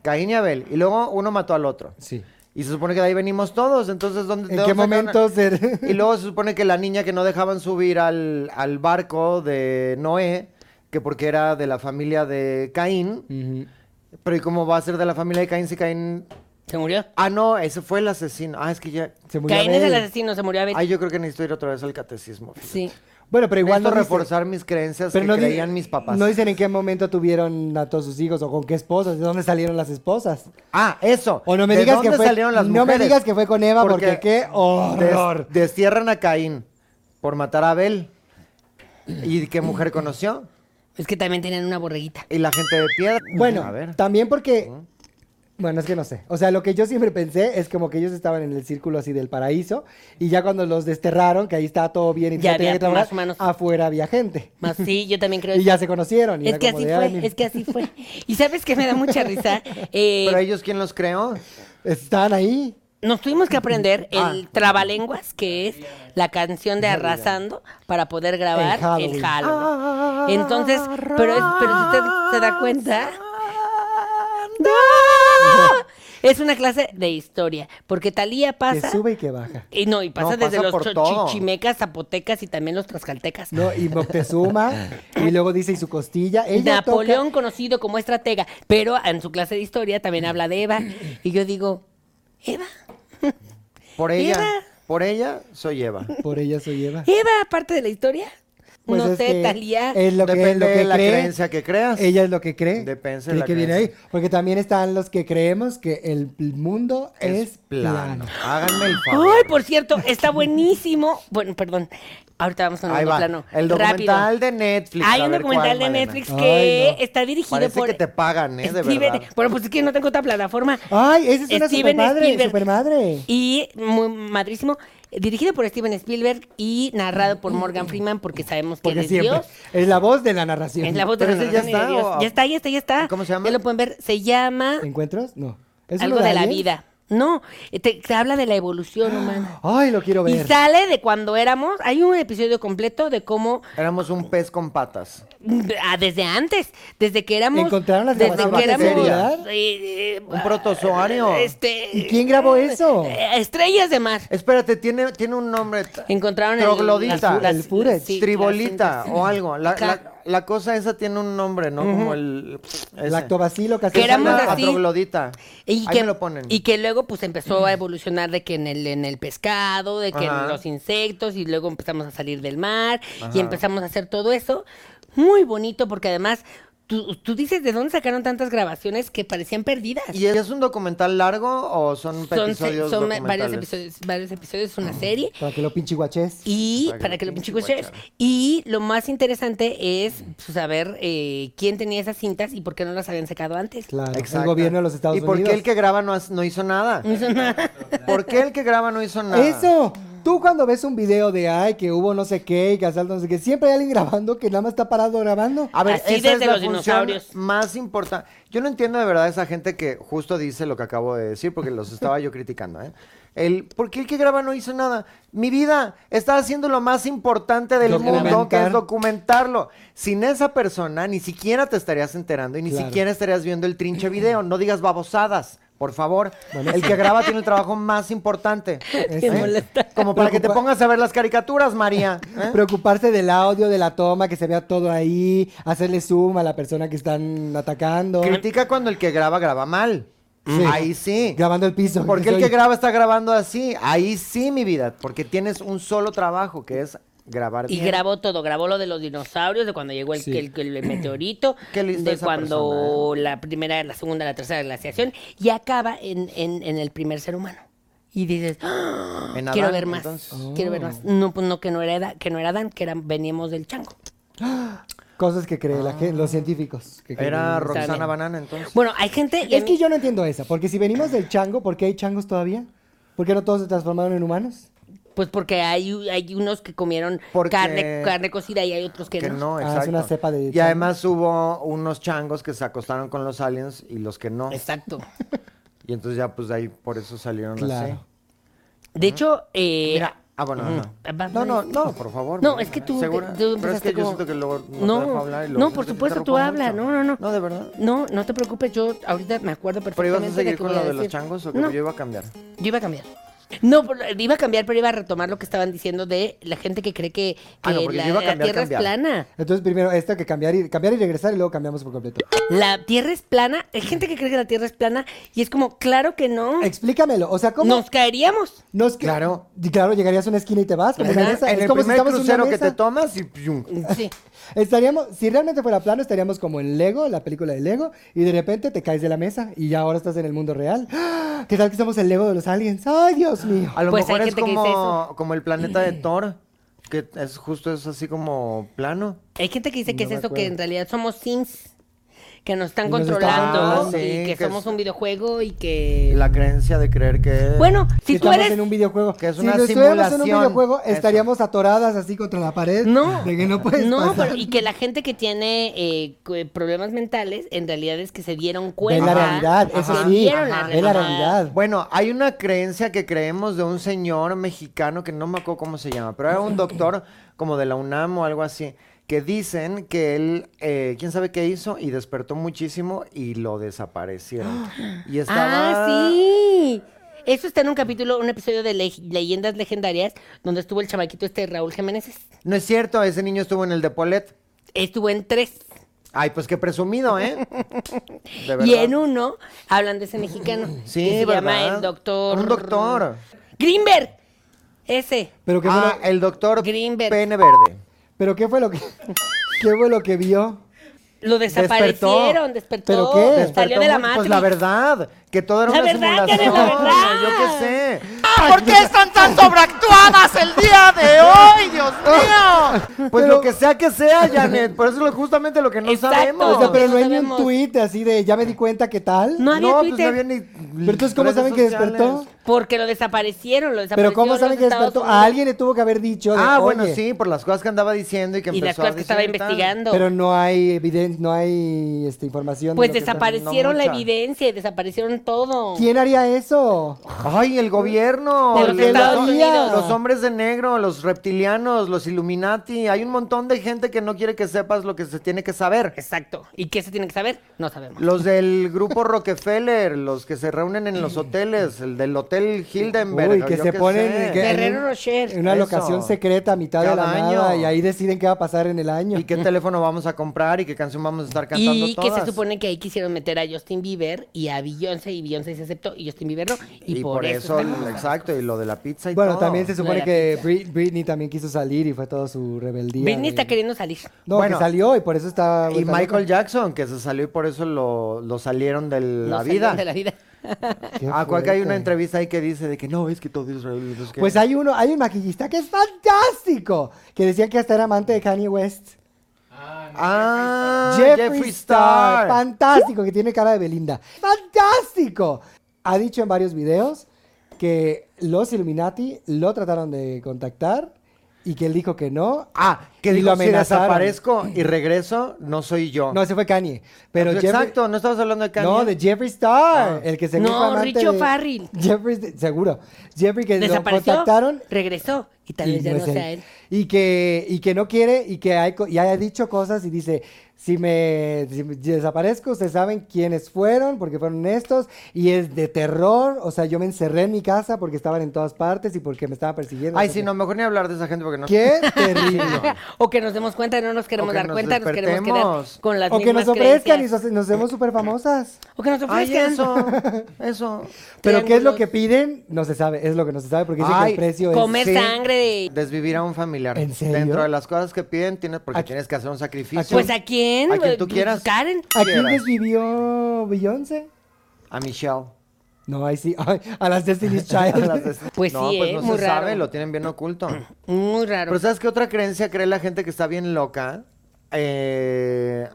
Speaker 2: Caín y Abel, y luego uno mató al otro.
Speaker 1: Sí.
Speaker 2: Y se supone que de ahí venimos todos, entonces ¿dónde
Speaker 1: ¿En
Speaker 2: de
Speaker 1: qué
Speaker 2: dónde sacaron-
Speaker 1: momento se-
Speaker 2: Y luego se supone que la niña que no dejaban subir al, al barco de Noé, que porque era de la familia de Caín,
Speaker 1: Ujú.
Speaker 2: pero ¿y cómo va a ser de la familia de Caín si Caín...
Speaker 5: ¿Se murió?
Speaker 2: Ah, no, ese fue el asesino. Ah, es que ya...
Speaker 1: Se murió
Speaker 5: Caín es el
Speaker 1: Abel.
Speaker 5: asesino, se murió a
Speaker 2: Ay, yo creo que necesito ir otra vez al catecismo. fíjate.
Speaker 5: Sí.
Speaker 1: Bueno, pero igual
Speaker 2: Necesito
Speaker 1: no dice-
Speaker 2: reforzar mis creencias que
Speaker 1: di-
Speaker 2: creían mis papás.
Speaker 1: No dicen en qué momento tuvieron a todos sus hijos o con qué esposas, de dónde salieron las esposas.
Speaker 2: Ah, eso.
Speaker 1: O no me
Speaker 2: ¿De
Speaker 1: digas
Speaker 2: dónde
Speaker 1: que fue-
Speaker 2: salieron las
Speaker 1: no me
Speaker 2: mujeres?
Speaker 1: digas que fue con Eva, porque qué horror.
Speaker 2: des- destierran a Caín por matar a Abel. ¿Y qué mujer conoció?
Speaker 5: Es que también tenían una borreguita.
Speaker 2: Y la gente de piedra.
Speaker 1: Bueno,
Speaker 2: a ver.
Speaker 1: también porque... Bueno, es que no sé. O sea, lo que yo siempre pensé es como que ellos estaban en el círculo así del paraíso y ya cuando los desterraron, que ahí estaba todo bien y
Speaker 5: Ya
Speaker 1: todo tenía
Speaker 5: había
Speaker 1: que trabajar,
Speaker 5: más humanos.
Speaker 1: afuera había gente.
Speaker 5: Más sí, yo también creo
Speaker 1: Y ya se conocieron. y
Speaker 5: Es
Speaker 1: era
Speaker 5: que
Speaker 1: como
Speaker 5: así
Speaker 1: de, "Ay,
Speaker 5: fue,
Speaker 1: mira".
Speaker 5: es que así fue. Y sabes que me da mucha risa. Eh,
Speaker 2: ¿Pero ellos quién los creó?
Speaker 1: Estaban ahí.
Speaker 5: Nos tuvimos que aprender
Speaker 2: Ah.
Speaker 5: el trabalenguas, que es la canción de Arrasando, para poder grabar
Speaker 1: El Halloween. Ah,
Speaker 5: el Halloween. Entonces, pero, es- pero si usted se da cuenta... Es una clase de historia, porque Talía
Speaker 1: Que
Speaker 5: pasa...
Speaker 1: sube y que baja.
Speaker 5: Y no, y pasa
Speaker 2: No,
Speaker 5: desde
Speaker 2: pasa
Speaker 5: los
Speaker 2: por
Speaker 5: cho-
Speaker 2: todo.
Speaker 5: chichimecas, zapotecas y también los tlaxcaltecas.
Speaker 1: No, y Moctezuma, y luego dice, y su costilla. Ella toca-
Speaker 5: Napoleón conocido como estratega, pero en su clase de historia también habla de Eva. Y yo digo, Eva,
Speaker 2: Por ella.
Speaker 5: Eva.
Speaker 2: Por ella soy Eva.
Speaker 1: Por ella soy Eva.
Speaker 5: Eva, parte de la historia.
Speaker 1: Pues
Speaker 5: no
Speaker 1: es
Speaker 5: sé,
Speaker 1: que
Speaker 5: Talía.
Speaker 1: Es lo que, es
Speaker 2: Depende
Speaker 1: lo que
Speaker 2: de la
Speaker 1: cree.
Speaker 2: creencia que creas.
Speaker 1: Ella es lo que cree.
Speaker 2: Depende de
Speaker 1: Cree
Speaker 2: la
Speaker 1: que viene ahí.
Speaker 2: creencia.
Speaker 1: Porque también están los que creemos que el mundo es, plano.
Speaker 2: Háganme el favor.
Speaker 5: Ay, por cierto, está buenísimo. Bueno, perdón. Ahorita vamos a un
Speaker 2: Ahí va.
Speaker 5: plano.
Speaker 2: El
Speaker 5: Rápido.
Speaker 2: documental de Netflix.
Speaker 5: Hay
Speaker 2: A
Speaker 5: un
Speaker 2: ver,
Speaker 5: documental
Speaker 2: ¿cuál,
Speaker 5: de
Speaker 2: Mariana?
Speaker 5: Netflix
Speaker 1: Ay,
Speaker 5: que
Speaker 1: no.
Speaker 5: está dirigido
Speaker 2: Parece
Speaker 5: por.
Speaker 2: que te pagan, ¿eh? De
Speaker 5: Steven-
Speaker 2: verdad.
Speaker 5: Bueno, pues es que no tengo otra plataforma.
Speaker 1: Ay, esa es una
Speaker 5: Steven
Speaker 1: supermadre,
Speaker 5: Spielberg.
Speaker 1: supermadre.
Speaker 5: Y muy madrísimo, dirigido por Steven Spielberg y narrado por Morgan Freeman, porque sabemos que
Speaker 1: Porque
Speaker 5: es
Speaker 1: siempre
Speaker 5: Dios.
Speaker 1: es la voz de la narración.
Speaker 5: Es la voz de
Speaker 2: Pero
Speaker 5: la
Speaker 2: ese ya
Speaker 5: narración y de
Speaker 2: está,
Speaker 5: Dios.
Speaker 2: o-
Speaker 5: Ya está, ya está, ya está.
Speaker 2: ¿Cómo se llama?
Speaker 5: Ya lo pueden ver. Se llama
Speaker 1: ¿Encuentros? No. ¿Es uno
Speaker 5: Algo de la
Speaker 1: aliens?
Speaker 5: vida. No, te, te habla de la evolución humana.
Speaker 1: Ay, lo Ah, quiero
Speaker 5: Y
Speaker 1: ver.
Speaker 5: sale de cuando éramos. Hay un episodio completo de cómo
Speaker 2: Éramos un pez con patas.
Speaker 5: ah, desde antes, desde que éramos.
Speaker 1: ¿Encontraron las
Speaker 5: desde
Speaker 2: grabaciones
Speaker 5: que
Speaker 2: de
Speaker 5: éramos,
Speaker 1: seriedad?
Speaker 5: eh, eh,
Speaker 2: Un protozoario.
Speaker 5: Este,
Speaker 1: ¿Y quién grabó eso?
Speaker 5: eh, estrellas de mar.
Speaker 2: Espérate, tiene, tiene un nombre. t-
Speaker 5: Encontraron el-
Speaker 2: Troglodita.
Speaker 5: las-
Speaker 1: El footage.
Speaker 5: sí,
Speaker 2: tribolita
Speaker 5: las cintas.
Speaker 2: o algo. La,
Speaker 5: Claro.
Speaker 2: la- la cosa esa tiene un nombre, ¿no? Como el. ese.
Speaker 1: Lactobacilo, casi.
Speaker 5: Que éramos
Speaker 2: Llama
Speaker 5: así.
Speaker 2: a troglodita.
Speaker 5: Y
Speaker 2: Ahí
Speaker 5: que,
Speaker 2: me lo ponen. Mm.
Speaker 5: y que luego pues empezó a evolucionar de que en el, en el pescado, de que en
Speaker 2: Ajá.
Speaker 5: los insectos, y luego empezamos a salir del mar y empezamos a hacer todo eso. Muy bonito porque además tú, tú dices de dónde sacaron tantas grabaciones que parecían perdidas.
Speaker 2: ¿Y es un documental largo o son,
Speaker 5: son
Speaker 2: episodios
Speaker 5: son varios
Speaker 2: documentales?
Speaker 5: episodios, varios episodios, es una serie.
Speaker 1: Para que lo pinche guachés.
Speaker 5: Y
Speaker 2: Para que
Speaker 5: para
Speaker 2: lo
Speaker 5: que lo
Speaker 2: pinche
Speaker 5: chicos
Speaker 2: guachara.
Speaker 5: Y lo más interesante es pues, saber eh, quién tenía esas cintas y por qué no las habían sacado antes.
Speaker 1: Claro, el
Speaker 2: Exacto.
Speaker 1: gobierno de los Estados
Speaker 2: ¿Y por
Speaker 1: Unidos.
Speaker 2: qué el que graba no, has- no hizo nada? No hizo nada. ¿Por qué el que graba no hizo nada?
Speaker 1: Eso. Tú cuando ves un video de ay que hubo no sé qué y que asalto no sé qué, siempre hay alguien grabando que nada más está parado grabando.
Speaker 2: A ver,
Speaker 5: Así
Speaker 2: esa es
Speaker 5: desde
Speaker 2: la
Speaker 5: los
Speaker 2: función
Speaker 5: dinosaurios.
Speaker 2: más importante. Yo no entiendo de verdad esa gente que justo dice lo que acabo de decir, porque los estaba yo criticando, ¿eh? El, ¿Por qué el que graba no hizo nada? Mi vida está haciendo lo más importante del mundo, que
Speaker 1: Documentar.
Speaker 2: es documentarlo. Sin esa persona, ni siquiera te estarías enterando y ni
Speaker 1: Claro.
Speaker 2: siquiera estarías viendo el trinche video. No digas babosadas. Por favor, el que graba tiene el trabajo más importante. ¿eh?
Speaker 1: Qué
Speaker 3: molesta.
Speaker 2: Como para que te
Speaker 1: Preocupa-
Speaker 2: pongas a ver las caricaturas, María. ¿eh?
Speaker 1: Preocuparse del audio, de la toma, que se vea todo ahí, hacerle zoom a la persona que están atacando.
Speaker 2: Critica cuando el que graba graba mal.
Speaker 1: Sí.
Speaker 2: Ahí sí.
Speaker 1: Grabando el piso.
Speaker 2: Porque el
Speaker 1: soy-
Speaker 2: que graba está grabando así. Ahí sí, mi vida. Porque tienes un solo trabajo que es grabar.
Speaker 5: Y
Speaker 2: bien.
Speaker 5: grabó todo, grabó lo de los dinosaurios, de cuando llegó el,
Speaker 1: Sí.
Speaker 5: el- el meteorito,
Speaker 2: Qué listo
Speaker 5: de
Speaker 2: esa eh?
Speaker 5: cuando la primera, la segunda, la tercera glaciación, y acaba en, en- en el primer ser humano. Y dices, ¡Ah!
Speaker 2: En
Speaker 5: quiero
Speaker 2: Adán,
Speaker 5: ver más,
Speaker 2: entonces. Oh.
Speaker 5: quiero ver más. No, pues no, que no era, Eda- que no era Dan, que eran, veníamos del chango.
Speaker 1: Cosas que cree la gente, los científicos. que creen.
Speaker 2: Ah. Era Roxana
Speaker 5: bien.
Speaker 2: Banana entonces.
Speaker 5: Bueno, hay gente... y a
Speaker 1: Es que
Speaker 5: mí-
Speaker 1: yo no entiendo esa, porque si venimos del chango, ¿por qué hay changos todavía? ¿Por qué no todos se transformaron en humanos?
Speaker 5: Pues porque hay, hay unos que comieron
Speaker 2: Porque-
Speaker 5: carne, carne cocida y hay otros que,
Speaker 2: que
Speaker 5: no.
Speaker 2: no,
Speaker 1: Ah, es
Speaker 2: exacto.
Speaker 1: una cepa de
Speaker 2: y
Speaker 1: chango.
Speaker 2: además hubo unos changos que se acostaron con los aliens y los que no.
Speaker 5: Exacto.
Speaker 2: Y entonces ya pues de ahí por eso salieron así.
Speaker 1: Claro.
Speaker 5: De hecho, eh,
Speaker 2: Mira, ah, bueno, no.
Speaker 5: Va-
Speaker 2: No, no, no, por favor.
Speaker 5: No,
Speaker 2: Mariana,
Speaker 5: es que tú,
Speaker 2: ¿Segura?
Speaker 5: te- tú
Speaker 2: Pero es
Speaker 5: empezaste
Speaker 2: que yo
Speaker 5: como-
Speaker 2: siento que luego no,
Speaker 5: No,
Speaker 2: te dejo hablar y luego
Speaker 5: no,
Speaker 2: siento
Speaker 5: por
Speaker 2: que te
Speaker 5: supuesto, tú
Speaker 2: interrumpo
Speaker 5: habla,
Speaker 2: mucho.
Speaker 5: no, no, no.
Speaker 2: No, de verdad.
Speaker 5: No, no te preocupes, yo ahorita me acuerdo
Speaker 2: ¿Pero
Speaker 5: perfectamente
Speaker 2: ibas a seguir
Speaker 5: que
Speaker 2: con
Speaker 5: voy
Speaker 2: lo
Speaker 5: a
Speaker 2: de los
Speaker 5: decir.
Speaker 2: changos o que
Speaker 5: No,
Speaker 2: yo iba a cambiar?
Speaker 5: yo iba a cambiar. No, por- iba a cambiar, pero iba a retomar lo que estaban diciendo de la gente que cree que,
Speaker 2: Ah, no,
Speaker 5: que
Speaker 2: porque
Speaker 5: la,
Speaker 2: yo iba a
Speaker 5: la
Speaker 2: cambiar,
Speaker 5: Tierra
Speaker 2: cambiar.
Speaker 5: es plana.
Speaker 1: Entonces primero esta que cambiar y cambiar y regresar y luego cambiamos por completo.
Speaker 5: La Tierra es plana, hay gente que cree que la Tierra es plana y es como, claro que no,
Speaker 1: Explícamelo, o sea, ¿cómo?
Speaker 5: nos caeríamos.
Speaker 1: Nos-
Speaker 2: Claro.
Speaker 1: Y claro, llegarías a una esquina y te vas. Como una
Speaker 5: Ajá.
Speaker 1: mesa.
Speaker 2: en
Speaker 1: es
Speaker 2: el
Speaker 1: como si
Speaker 2: primer
Speaker 1: estamos en una
Speaker 2: crucero que te
Speaker 1: mesa.
Speaker 2: tomas y ¡pium!
Speaker 5: Sí.
Speaker 1: Estaríamos, si realmente fuera plano, estaríamos como en Lego, la película de Lego, y de repente te caes de la mesa y ya ahora estás en el mundo real. ¡Ah! ¿Qué tal que somos el Lego de los aliens? ¡Ay, Dios mío!
Speaker 2: A lo
Speaker 5: Pues hay
Speaker 2: mejor es
Speaker 5: gente que dice
Speaker 2: como, como el planeta de Thor, que es justo es así como plano.
Speaker 5: Hay gente que dice que
Speaker 1: No
Speaker 5: es
Speaker 1: me
Speaker 5: eso, que
Speaker 1: acuerdo.
Speaker 5: en realidad somos Sims, que nos están
Speaker 1: Y nos están-
Speaker 5: controlando
Speaker 2: Ah, sí,
Speaker 5: y que,
Speaker 2: que
Speaker 5: somos
Speaker 2: es-
Speaker 5: un videojuego y
Speaker 2: Y
Speaker 5: que...
Speaker 2: la creencia de creer que...
Speaker 5: Bueno, si
Speaker 1: Que
Speaker 5: tú
Speaker 1: estamos
Speaker 5: eres...
Speaker 1: en un videojuego.
Speaker 2: que es
Speaker 1: si
Speaker 2: una
Speaker 1: lo estuviéramos en un
Speaker 2: simulación.
Speaker 1: videojuego,
Speaker 2: Eso.
Speaker 1: estaríamos atoradas así contra la pared.
Speaker 5: No.
Speaker 1: De que no puedes
Speaker 5: No,
Speaker 1: pasar.
Speaker 5: pero y que la gente que tiene eh, cu- problemas mentales, en realidad es que se dieron
Speaker 1: Ve
Speaker 5: cuenta.
Speaker 1: la realidad,
Speaker 5: que
Speaker 1: eso
Speaker 5: se
Speaker 1: sí.
Speaker 5: dieron
Speaker 1: ajá, Ve la
Speaker 5: realidad.
Speaker 1: realidad.
Speaker 2: Bueno, hay una creencia que creemos de un señor mexicano que no me acuerdo cómo se llama, pero era un doctor como de la UNAM o algo así, que dicen que él, eh, quién sabe qué hizo, y despertó muchísimo y lo desaparecieron. Y estaba...
Speaker 5: Ah, sí. Eso está en un capítulo, un episodio de Le- Leyendas Legendarias, donde estuvo el chamaquito este Raúl Jiménez.
Speaker 2: No es cierto, ese niño estuvo en el de Polet.
Speaker 5: Estuvo en tres.
Speaker 2: Ay, pues qué presumido, ¿eh? De
Speaker 5: Y
Speaker 2: verdad.
Speaker 5: en uno hablan de ese mexicano.
Speaker 2: Sí,
Speaker 5: que se
Speaker 2: ¿verdad?
Speaker 5: llama el doctor.
Speaker 2: Un doctor.
Speaker 5: Greenberg. Ese.
Speaker 1: Pero ¿qué,
Speaker 2: Ah,
Speaker 1: fue lo,
Speaker 2: el doctor
Speaker 5: Greenberg.
Speaker 2: Pene Verde.
Speaker 1: pero ¿qué fue lo que qué fue lo que vio?
Speaker 5: Lo desaparecieron, despertó.
Speaker 1: ¿Pero qué?
Speaker 5: Salió de la
Speaker 2: Despertó,
Speaker 5: matriz.
Speaker 2: Pues la verdad, que todo era
Speaker 5: La
Speaker 2: una
Speaker 5: verdad,
Speaker 2: simulación.
Speaker 5: Karen, la verdad.
Speaker 2: Yo qué sé.
Speaker 7: ¿Por qué están tan sobreactuadas el día de hoy, Dios mío?
Speaker 2: Pues
Speaker 1: Pero-
Speaker 2: lo que sea que sea, Janet. Por eso es lo- justamente lo que no
Speaker 5: Exacto.
Speaker 2: sabemos.
Speaker 1: O sea, pero
Speaker 5: no
Speaker 1: no hay ni un
Speaker 5: sabemos.
Speaker 1: tweet así de ya me di cuenta qué tal.
Speaker 5: No había
Speaker 2: no, pues no
Speaker 5: Twitter.
Speaker 2: había ni.
Speaker 1: Pero entonces, ¿cómo
Speaker 2: redes
Speaker 1: saben que
Speaker 2: sociales.
Speaker 1: despertó?
Speaker 5: Porque lo desaparecieron, lo
Speaker 1: Pero
Speaker 5: desaparecieron.
Speaker 1: ¿cómo saben
Speaker 5: los
Speaker 1: que
Speaker 5: Estados
Speaker 1: despertó?
Speaker 5: Unidos.
Speaker 1: A alguien le tuvo que haber dicho. de,
Speaker 2: Ah, bueno,
Speaker 1: "Oye",
Speaker 2: sí, por las cosas que andaba diciendo y que
Speaker 5: Y
Speaker 2: empezó
Speaker 5: las cosas
Speaker 2: a
Speaker 5: que estaba
Speaker 2: decir y tal.
Speaker 5: investigando.
Speaker 1: Pero no hay evidencia, no hay este, información. de
Speaker 5: pues
Speaker 1: lo que está-
Speaker 5: desaparecieron
Speaker 2: no
Speaker 5: la
Speaker 2: mucha.
Speaker 5: evidencia y desaparecieron todo.
Speaker 1: ¿Quién haría eso?
Speaker 2: Ay, el gobierno.
Speaker 5: De los Estados
Speaker 1: Unidos.
Speaker 2: Los hombres de negro, los reptilianos, los Illuminati. Hay un montón de gente que no quiere que sepas lo que se tiene que saber.
Speaker 5: Exacto. ¿Y qué se tiene que saber? No sabemos.
Speaker 2: Los del grupo Rockefeller, los que se reúnen en los hoteles, el del Hotel Hildenberg.
Speaker 1: Uy,
Speaker 2: o
Speaker 1: que
Speaker 2: yo
Speaker 1: se
Speaker 2: qué
Speaker 1: ponen
Speaker 2: sé.
Speaker 1: que-
Speaker 5: Ferrero
Speaker 1: en-
Speaker 5: Rocher.
Speaker 1: En una
Speaker 2: Eso.
Speaker 1: locación secreta a mitad de la
Speaker 2: Cada
Speaker 1: nada
Speaker 2: año.
Speaker 1: y ahí deciden qué va a pasar en el año.
Speaker 2: ¿Y qué teléfono vamos a comprar y qué canción vamos a estar cantando
Speaker 5: Y que
Speaker 2: todas?
Speaker 5: se supone que ahí quisieron meter a Justin Bieber y a Beyoncé y Beyoncé se aceptó y Justin Bieber no. Y, por, eso.
Speaker 2: el- exacto, y lo de la pizza y
Speaker 1: Bueno,
Speaker 2: todo.
Speaker 1: también se
Speaker 5: No
Speaker 1: supone
Speaker 5: era
Speaker 1: que Brit- Britney también quiso salir y fue todo su rebeldía.
Speaker 5: Britney
Speaker 1: de-
Speaker 5: está queriendo salir.
Speaker 1: No,
Speaker 2: Bueno.
Speaker 1: que salió y por eso está...
Speaker 2: Y
Speaker 1: vuelta
Speaker 2: Michael
Speaker 1: loca.
Speaker 2: Jackson, que se salió y por eso lo, lo salieron de la
Speaker 5: No
Speaker 2: vida.
Speaker 5: salió De la vida.
Speaker 1: Qué
Speaker 2: Ah, creo que hay
Speaker 1: fuerte.
Speaker 2: una entrevista ahí que dice de que no, es que todo Israel... es que-
Speaker 1: Pues hay uno, hay un maquillista que es fantástico, que decía que hasta era amante de Kanye West.
Speaker 2: Ah,
Speaker 1: Jeffree,
Speaker 2: Jeffree
Speaker 1: Star.
Speaker 2: Star.
Speaker 1: Fantástico, que tiene cara de Belinda. Fantástico. Ha dicho en varios videos que los Illuminati lo trataron de contactar y que él dijo que no.
Speaker 2: Ah, que
Speaker 1: Y
Speaker 2: digo,
Speaker 1: lo
Speaker 2: si
Speaker 1: amenazaron".
Speaker 2: desaparezco y regreso, no soy yo.
Speaker 1: No, ese fue Kanye. Pero
Speaker 2: Pues
Speaker 1: Jeffree-
Speaker 2: Exacto, no estamos hablando de Kanye.
Speaker 1: No, de Jeffree Star,
Speaker 2: Ah.
Speaker 1: el que se
Speaker 5: No,
Speaker 1: fue amante
Speaker 5: Richo
Speaker 1: de-
Speaker 5: Farrell.
Speaker 1: Jeffree, seguro. Jeffree que lo
Speaker 5: Desapareció.
Speaker 1: contactaron
Speaker 5: Regresó. Y tal vez ya no
Speaker 1: es
Speaker 5: sea él.
Speaker 1: Y que, y que no quiere y que hay, co- y haya dicho cosas y dice, si me, si me desaparezco, ustedes saben quiénes fueron, porque fueron estos, y es de terror, o sea, yo me encerré en mi casa porque estaban en todas partes y porque me estaban persiguiendo.
Speaker 2: Ay,
Speaker 1: sé
Speaker 2: sí,
Speaker 1: qué.
Speaker 2: no, mejor ni hablar de esa gente porque no.
Speaker 1: Qué terrible.
Speaker 5: O que nos demos cuenta, no nos queremos
Speaker 2: O que
Speaker 5: dar
Speaker 2: nos
Speaker 5: cuenta, nos queremos
Speaker 2: despertemos.
Speaker 5: quedar con las
Speaker 1: o que nos
Speaker 5: mismas
Speaker 1: ofrezcan y
Speaker 5: creencias.
Speaker 1: so- nos vemos súper famosas.
Speaker 5: O que nos
Speaker 2: Ay,
Speaker 5: ofrezcan.
Speaker 2: eso, eso.
Speaker 1: Pero ¿qué es lo
Speaker 5: Triángulos.
Speaker 1: que piden? No se sabe, es lo que no se sabe porque dicen que
Speaker 2: Ay,
Speaker 1: el precio es...
Speaker 5: Comer
Speaker 2: Sí.
Speaker 5: sangre de...
Speaker 2: Desvivir a un familiar.
Speaker 1: ¿En serio?
Speaker 2: Dentro de las cosas que piden, tienes, porque
Speaker 1: ¿A-
Speaker 2: tienes que hacer un sacrificio.
Speaker 5: Pues a quién?
Speaker 2: A quien tú
Speaker 5: Eh,
Speaker 2: quieras.
Speaker 5: Karen.
Speaker 1: ¿A quién
Speaker 2: quieras.
Speaker 1: desvivió Beyoncé?
Speaker 2: A Michelle.
Speaker 1: No, ahí sí, ay, a las Destiny's Child.
Speaker 2: A las de-
Speaker 5: Pues
Speaker 2: no,
Speaker 5: sí,
Speaker 2: pues
Speaker 5: ¿eh?
Speaker 2: no
Speaker 5: Muy
Speaker 2: se
Speaker 5: raro.
Speaker 2: sabe, lo tienen bien oculto.
Speaker 5: Muy raro.
Speaker 2: Pero ¿sabes qué otra creencia cree la gente que está bien loca? Eh,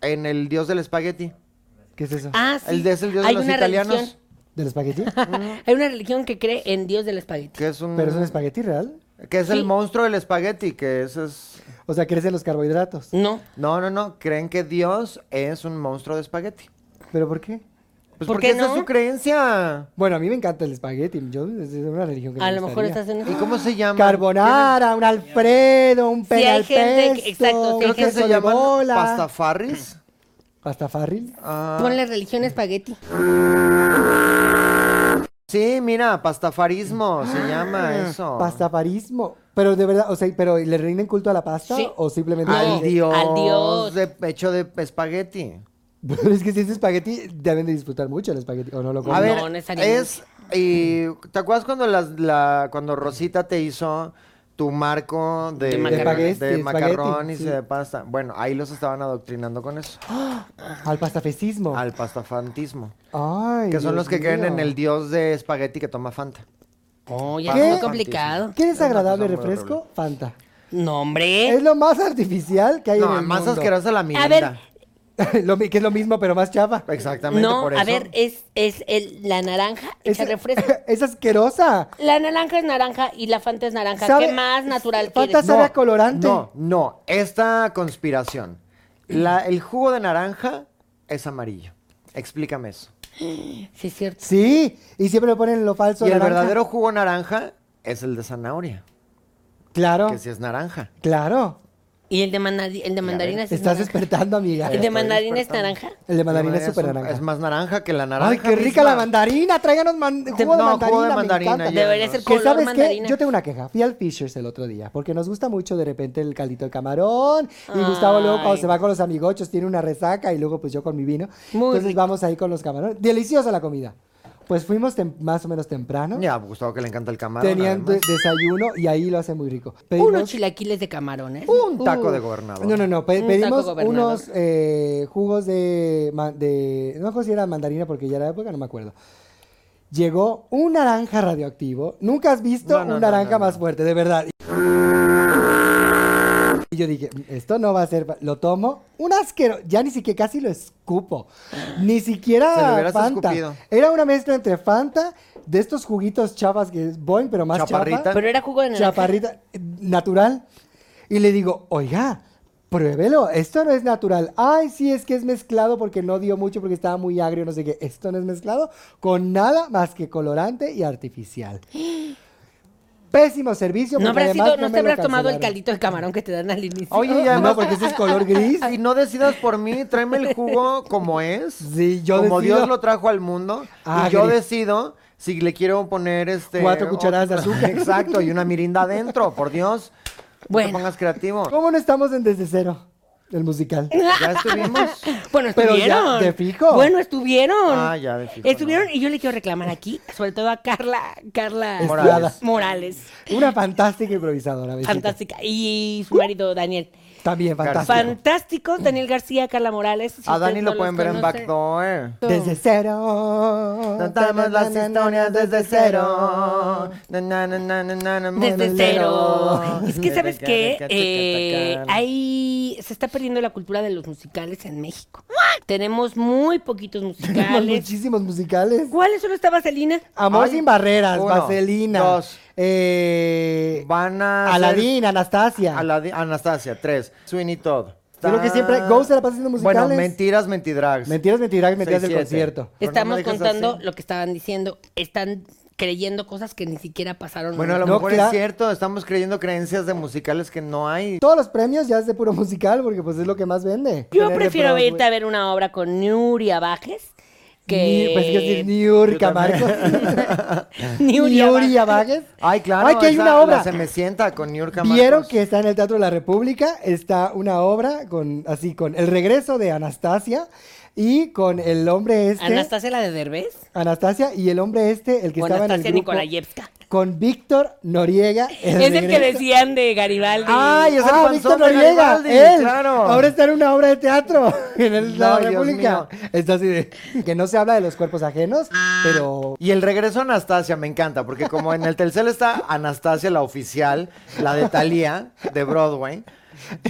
Speaker 2: en el dios del espagueti.
Speaker 1: ¿Qué es eso?
Speaker 5: Ah, sí.
Speaker 2: El de- es el dios de
Speaker 5: Hay
Speaker 2: los
Speaker 5: una
Speaker 2: italianos. Mm.
Speaker 5: religión-
Speaker 1: ¿Del espagueti?
Speaker 5: Hay una religión que cree en Dios del espagueti.
Speaker 2: Que es un.
Speaker 1: ¿Pero es un espagueti real?
Speaker 2: Que es
Speaker 5: Sí.
Speaker 2: el monstruo del espagueti, que ese es.
Speaker 1: O sea, crecen los carbohidratos.
Speaker 5: No.
Speaker 2: No, no, no. Creen que Dios es un monstruo de espagueti.
Speaker 1: ¿Pero por qué?
Speaker 2: Pues
Speaker 5: ¿Por
Speaker 2: porque
Speaker 5: qué
Speaker 2: esa
Speaker 5: no?
Speaker 2: es su creencia.
Speaker 1: Bueno, a mí me encanta el espagueti. Yo, es una religión que
Speaker 5: A
Speaker 1: me
Speaker 5: lo mejor
Speaker 1: gustaría.
Speaker 5: estás en
Speaker 2: ¿Y cómo se llama?
Speaker 1: Carbonara, un Alfredo, un
Speaker 5: hay
Speaker 1: pene al
Speaker 5: gente
Speaker 1: pesto,
Speaker 5: que- exacto, sí hay
Speaker 1: un
Speaker 2: Creo que
Speaker 1: queso
Speaker 2: se
Speaker 1: de
Speaker 2: llaman
Speaker 1: bola.
Speaker 2: pastafarris.
Speaker 1: Pastafarril.
Speaker 2: Ah,
Speaker 5: Ponle religión espagueti.
Speaker 2: sí, mira, pastafarismo se llama
Speaker 5: Mm.
Speaker 2: eso.
Speaker 1: Pastafarismo. Pero de verdad, o sea, ¿pero le rinden culto a la pasta?
Speaker 5: Sí.
Speaker 1: ¿O simplemente...?
Speaker 2: Al
Speaker 5: No,
Speaker 2: dios,
Speaker 5: al dios.
Speaker 2: de- hecho de espagueti.
Speaker 1: Pero es que si es espagueti, deben de disfrutar mucho el espagueti. ¿O no lo comen?
Speaker 2: A ver,
Speaker 5: No, necesariamente.
Speaker 2: es y ¿te acuerdas cuando las- la cuando Rosita te hizo tu marco de,
Speaker 5: De macarrón.
Speaker 2: de
Speaker 1: Espagueti,
Speaker 2: macarrón y
Speaker 1: sí.
Speaker 2: de pasta? Bueno, ahí los estaban adoctrinando con eso,
Speaker 1: Al pastafesismo.
Speaker 2: al pastafantismo,
Speaker 1: Oh. Ay,
Speaker 2: que son
Speaker 1: Dios
Speaker 2: los que creen
Speaker 1: mío.
Speaker 2: en el dios de espagueti que toma Fanta.
Speaker 5: Oh, ya
Speaker 2: ¿Qué?
Speaker 5: es muy complicado.
Speaker 1: Qué desagradable
Speaker 2: Es una cosa muy
Speaker 1: refresco, Fanta.
Speaker 5: No, hombre.
Speaker 1: Es lo más artificial que hay en
Speaker 2: No,
Speaker 1: el
Speaker 2: más
Speaker 1: mundo.
Speaker 2: asquerosa la mirinda.
Speaker 5: A ver,
Speaker 1: Lo mi- que es lo mismo, pero más chafa.
Speaker 2: Exactamente,
Speaker 5: no,
Speaker 2: por eso.
Speaker 5: a ver, es, es el, la naranja
Speaker 1: Es,
Speaker 5: hecha refresco.
Speaker 1: es asquerosa.
Speaker 5: La naranja es naranja y la Fanta es naranja.
Speaker 1: Sabe-
Speaker 5: ¿Qué más natural
Speaker 1: Fanta
Speaker 5: quieres?
Speaker 1: sabe a colorante.
Speaker 2: No, no, esta conspiración. La- el jugo de naranja es amarillo. Explícame eso.
Speaker 5: Sí, es cierto.
Speaker 1: Sí, y siempre le ponen lo falso.
Speaker 2: Y el
Speaker 1: naranja.
Speaker 2: verdadero jugo naranja es el de zanahoria,
Speaker 1: Claro,
Speaker 2: que sí es naranja.
Speaker 1: claro.
Speaker 5: ¿Y el de, manadi- el de mandarinas
Speaker 1: Te
Speaker 5: es
Speaker 1: estás
Speaker 5: naranja?
Speaker 1: despertando, amiga.
Speaker 5: ¿El de
Speaker 2: Estoy
Speaker 5: mandarina es
Speaker 2: despertando.
Speaker 5: naranja?
Speaker 1: El de mandarina es
Speaker 2: un-
Speaker 1: súper naranja.
Speaker 2: Es más naranja que la naranja.
Speaker 1: Ay, qué rica
Speaker 2: misma.
Speaker 1: la mandarina. Tráiganos man- jugo, de
Speaker 2: no,
Speaker 1: mandarina,
Speaker 2: jugo de
Speaker 1: me
Speaker 2: mandarina,
Speaker 1: encanta.
Speaker 2: ya.
Speaker 5: Debería ser
Speaker 2: Que
Speaker 1: Que
Speaker 5: color
Speaker 1: sabes qué,
Speaker 5: mandarina.
Speaker 1: yo tengo una queja. Fui al Fishers el otro día porque nos gusta mucho de repente el caldito de camarón y Gustavo luego cuando
Speaker 5: Ay.
Speaker 1: se va con los amigochos tiene una resaca y luego pues yo con mi vino.
Speaker 5: Muy
Speaker 1: Entonces
Speaker 5: rico.
Speaker 1: vamos ahí con los camarones. Deliciosa la comida. Pues fuimos tem- más o menos temprano.
Speaker 2: Ya, Gustavo que le encanta el camarón.
Speaker 1: Tenían de-
Speaker 2: además.
Speaker 1: desayuno y ahí lo hace muy rico.
Speaker 5: Unos
Speaker 1: Pedimos-
Speaker 5: chilaquiles de camarones.
Speaker 2: Un taco de gobernador.
Speaker 1: Uh. no, no, no. pe-
Speaker 5: Un
Speaker 1: pedimos
Speaker 5: taco gobernador.
Speaker 1: unos eh, jugos de, ma- de- No me acuerdo si era mandarina porque ya era época, no me acuerdo. Llegó un naranja radioactivo. Nunca has visto
Speaker 2: No, no,
Speaker 1: un
Speaker 2: no,
Speaker 1: naranja
Speaker 2: no, no.
Speaker 1: más fuerte, de verdad. Y yo dije, esto no va a ser. pa- Lo tomo. Un asquero. Ya ni siquiera casi lo escupo. Ni
Speaker 2: Se lo
Speaker 1: siquiera
Speaker 2: hubieras
Speaker 1: Fanta.
Speaker 2: escupido.
Speaker 1: Era una mezcla entre Fanta, de estos juguitos chafas que es Boing, pero más
Speaker 2: Chaparrita.
Speaker 1: chafa.
Speaker 5: Pero era jugo de naranja.
Speaker 1: Chaparrita, eh, natural. Y le digo, oiga, pruébelo, esto no es natural. Ay, sí, es que es mezclado porque no dio mucho, porque estaba muy agrio, no sé qué. Esto no es mezclado con nada más que colorante y artificial. Pésimo servicio.
Speaker 5: No
Speaker 1: porque
Speaker 5: habrás
Speaker 1: además
Speaker 5: sido- no
Speaker 1: me
Speaker 5: te
Speaker 1: lo
Speaker 5: habrás tomado el
Speaker 1: cancelaron.
Speaker 5: caldito de camarón que te dan al inicio.
Speaker 2: Oye, ya
Speaker 1: No, porque ese es color gris.
Speaker 2: Y no decidas por mí, tráeme el jugo como es.
Speaker 1: Sí, yo
Speaker 2: Como
Speaker 1: decido.
Speaker 2: Dios lo trajo al mundo.
Speaker 1: Ah,
Speaker 2: y yo
Speaker 1: gris.
Speaker 2: decido si le quiero poner este.
Speaker 1: Cuatro cucharadas de
Speaker 2: otro-
Speaker 1: azúcar.
Speaker 2: Exacto, y una mirinda adentro, por Dios. No
Speaker 5: Bueno.
Speaker 2: te pongas creativo.
Speaker 1: ¿Cómo no estamos en Desde Cero? El musical.
Speaker 2: Ya estuvimos.
Speaker 5: Bueno,
Speaker 1: Pero
Speaker 5: estuvieron.
Speaker 1: ya, de fijo.
Speaker 5: Bueno, estuvieron.
Speaker 2: Ah, ya, de fijo,
Speaker 5: Estuvieron
Speaker 2: no.
Speaker 5: y yo le quiero reclamar aquí, sobre todo a Carla, Carla
Speaker 1: Estrada.
Speaker 5: Morales. Morales.
Speaker 1: Una fantástica improvisadora. besito.
Speaker 5: Fantástica. Y su marido Daniel.
Speaker 1: También fantástica.
Speaker 5: Fantásticos, Daniel García, Carla Morales. Si
Speaker 2: A
Speaker 5: ustedes
Speaker 2: Dani
Speaker 5: no
Speaker 2: lo
Speaker 5: los
Speaker 2: pueden ver en
Speaker 5: conocen.
Speaker 2: Backdoor.
Speaker 1: Desde cero.
Speaker 2: Contamos las historias desde cero. Na, na, na, na, na, na, na,
Speaker 5: Desde
Speaker 2: monolero.
Speaker 5: cero. Es que, ¿sabes qué? Eh, ahí se está perdiendo la cultura de los musicales en México. Tenemos muy poquitos
Speaker 1: Tenemos
Speaker 5: musicales.
Speaker 1: muchísimos musicales.
Speaker 5: ¿Cuáles son esta vaselina?
Speaker 1: Amor
Speaker 2: Ay,
Speaker 1: sin barreras,
Speaker 2: uno,
Speaker 1: Vaselina.
Speaker 2: dos.
Speaker 1: eh,
Speaker 2: Van a.
Speaker 1: Aladín, Anastasia.
Speaker 2: hacer- Aladi- Anastasia, tres. Sweeney Todd.
Speaker 1: Creo que siempre-
Speaker 2: Ta-
Speaker 1: Go se la pasa haciendo
Speaker 2: Bueno,
Speaker 1: musicales.
Speaker 2: mentiras, mentidrags.
Speaker 1: mentiras, mentiras, mentiras del
Speaker 2: Seis, siete.
Speaker 1: concierto.
Speaker 2: Pero no me
Speaker 5: Estamos
Speaker 2: dejes
Speaker 5: contando
Speaker 2: así.
Speaker 5: lo que estaban diciendo. Están creyendo cosas que ni siquiera pasaron.
Speaker 2: Bueno, a lo
Speaker 1: No,
Speaker 2: mejor
Speaker 1: claro.
Speaker 2: es cierto, estamos creyendo creencias de musicales que no hay.
Speaker 1: Todos los premios ya es de puro musical, porque pues es lo que más vende.
Speaker 5: Yo
Speaker 1: Tener de
Speaker 5: prefiero
Speaker 1: pruebas,
Speaker 5: irte
Speaker 1: güey.
Speaker 5: a ver una obra con Nuria Bajes
Speaker 1: Ni-
Speaker 5: que...
Speaker 1: Pues que decir Niurka, Marcos.
Speaker 5: Nuria
Speaker 1: Niuria Vagues.
Speaker 2: Ay, claro.
Speaker 1: Ay, que hay
Speaker 2: esa-
Speaker 1: una
Speaker 2: la
Speaker 1: obra.
Speaker 2: Se me sienta con New York
Speaker 1: Vieron que está en el Teatro de la República, está una obra con así con el regreso de Anastasia y con el hombre este
Speaker 5: Anastasia la de Derbez.
Speaker 1: Anastasia y el hombre este el que
Speaker 5: O
Speaker 1: estaba
Speaker 5: Anastasia
Speaker 1: en el grupo
Speaker 5: Nikolayevska.
Speaker 1: con Víctor Noriega.
Speaker 5: Es el que
Speaker 1: regreso.
Speaker 5: decían de Garibaldi.
Speaker 2: Ay, es el
Speaker 1: Ah,
Speaker 2: panzón
Speaker 1: Víctor
Speaker 2: de
Speaker 1: Noriega,
Speaker 2: Garibaldi,
Speaker 1: él.
Speaker 2: claro.
Speaker 1: Ahora está en una obra de teatro en el, la
Speaker 2: No, Dios
Speaker 1: República. Está así de que no se habla de los cuerpos ajenos, pero
Speaker 2: Y el regreso a Anastasia me encanta, porque como en el Telcel está Anastasia, la oficial, la de Thalía, de Broadway,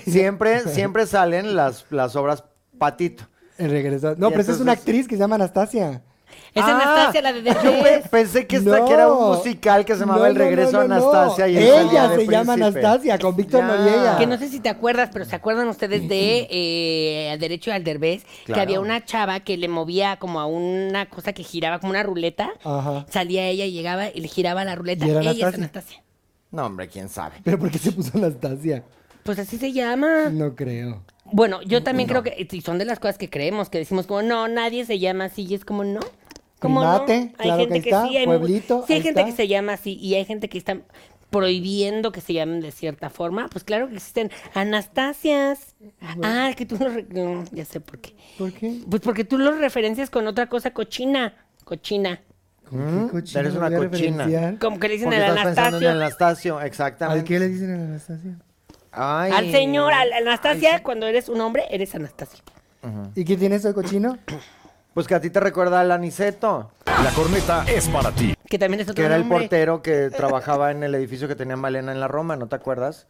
Speaker 2: siempre, siempre salen las, las obras patito.
Speaker 1: el regreso. No,
Speaker 2: Y
Speaker 1: pero esa es una
Speaker 2: entonces-
Speaker 1: actriz que se llama Anastasia.
Speaker 5: Es
Speaker 2: Ah,
Speaker 5: Anastasia la de
Speaker 2: Yo pe-
Speaker 5: Derbez.
Speaker 2: pensé que, esta- que era un musical que se llamaba
Speaker 1: No,
Speaker 2: El
Speaker 1: no,
Speaker 2: regreso
Speaker 1: no,
Speaker 2: a
Speaker 1: no,
Speaker 2: Anastasia.
Speaker 1: no.
Speaker 2: Y el
Speaker 1: Ella
Speaker 2: Salía de
Speaker 1: se llama
Speaker 2: Príncipe.
Speaker 1: Anastasia con Víctor
Speaker 2: Ya.
Speaker 1: Noriega.
Speaker 5: Que no sé si te acuerdas, pero ¿se acuerdan ustedes de eh, Derecho al Derbez? Que
Speaker 2: Claro.
Speaker 5: había una chava que le movía como a una cosa que giraba, como una ruleta.
Speaker 1: Ah. Ajá.
Speaker 5: Salía ella y llegaba y le giraba la ruleta.
Speaker 1: Y era
Speaker 5: ella es
Speaker 1: Anastasia.
Speaker 5: Anastasia.
Speaker 2: No, hombre, quién sabe.
Speaker 1: Pero ¿por qué se puso Anastasia?
Speaker 5: Pues así se llama.
Speaker 1: No creo.
Speaker 5: Bueno, yo también creo que y son de las cosas que creemos, que decimos como, no, nadie se llama así, y es como, no. como
Speaker 1: Primate,
Speaker 5: no?
Speaker 1: claro que está,
Speaker 5: mu-
Speaker 1: pueblito,
Speaker 5: Sí, hay
Speaker 1: ahí
Speaker 5: gente
Speaker 1: está.
Speaker 5: que se llama así, y hay gente que está prohibiendo que se llamen de cierta forma. Pues claro que existen Anastasias. Ah, que tú lo re- no, ya sé por qué.
Speaker 1: ¿Por qué?
Speaker 5: Pues porque tú los referencias con otra cosa cochina, cochina.
Speaker 1: ¿Con qué cochina
Speaker 2: Eres
Speaker 1: lo
Speaker 2: Mm, una
Speaker 1: voy a
Speaker 2: cochina.
Speaker 1: referenciar?
Speaker 5: Como que le dicen el
Speaker 2: Porque estás pensando en
Speaker 5: Anastasio.
Speaker 2: Anastasio,
Speaker 1: ¿Al
Speaker 2: exactamente.
Speaker 1: qué le dicen a Anastasia?
Speaker 2: Ay.
Speaker 5: Al señor, al Anastasia, cuando eres un hombre, eres Anastasio.
Speaker 1: Mm. ¿Y qué tiene eso de cochino?
Speaker 2: Pues que a ti te recuerda al Aniceto,
Speaker 8: La corneta es para ti.
Speaker 5: Que también es otro
Speaker 2: que era el
Speaker 5: nombre.
Speaker 2: portero que trabajaba en el edificio que tenía Malena en la Roma, ¿no te acuerdas?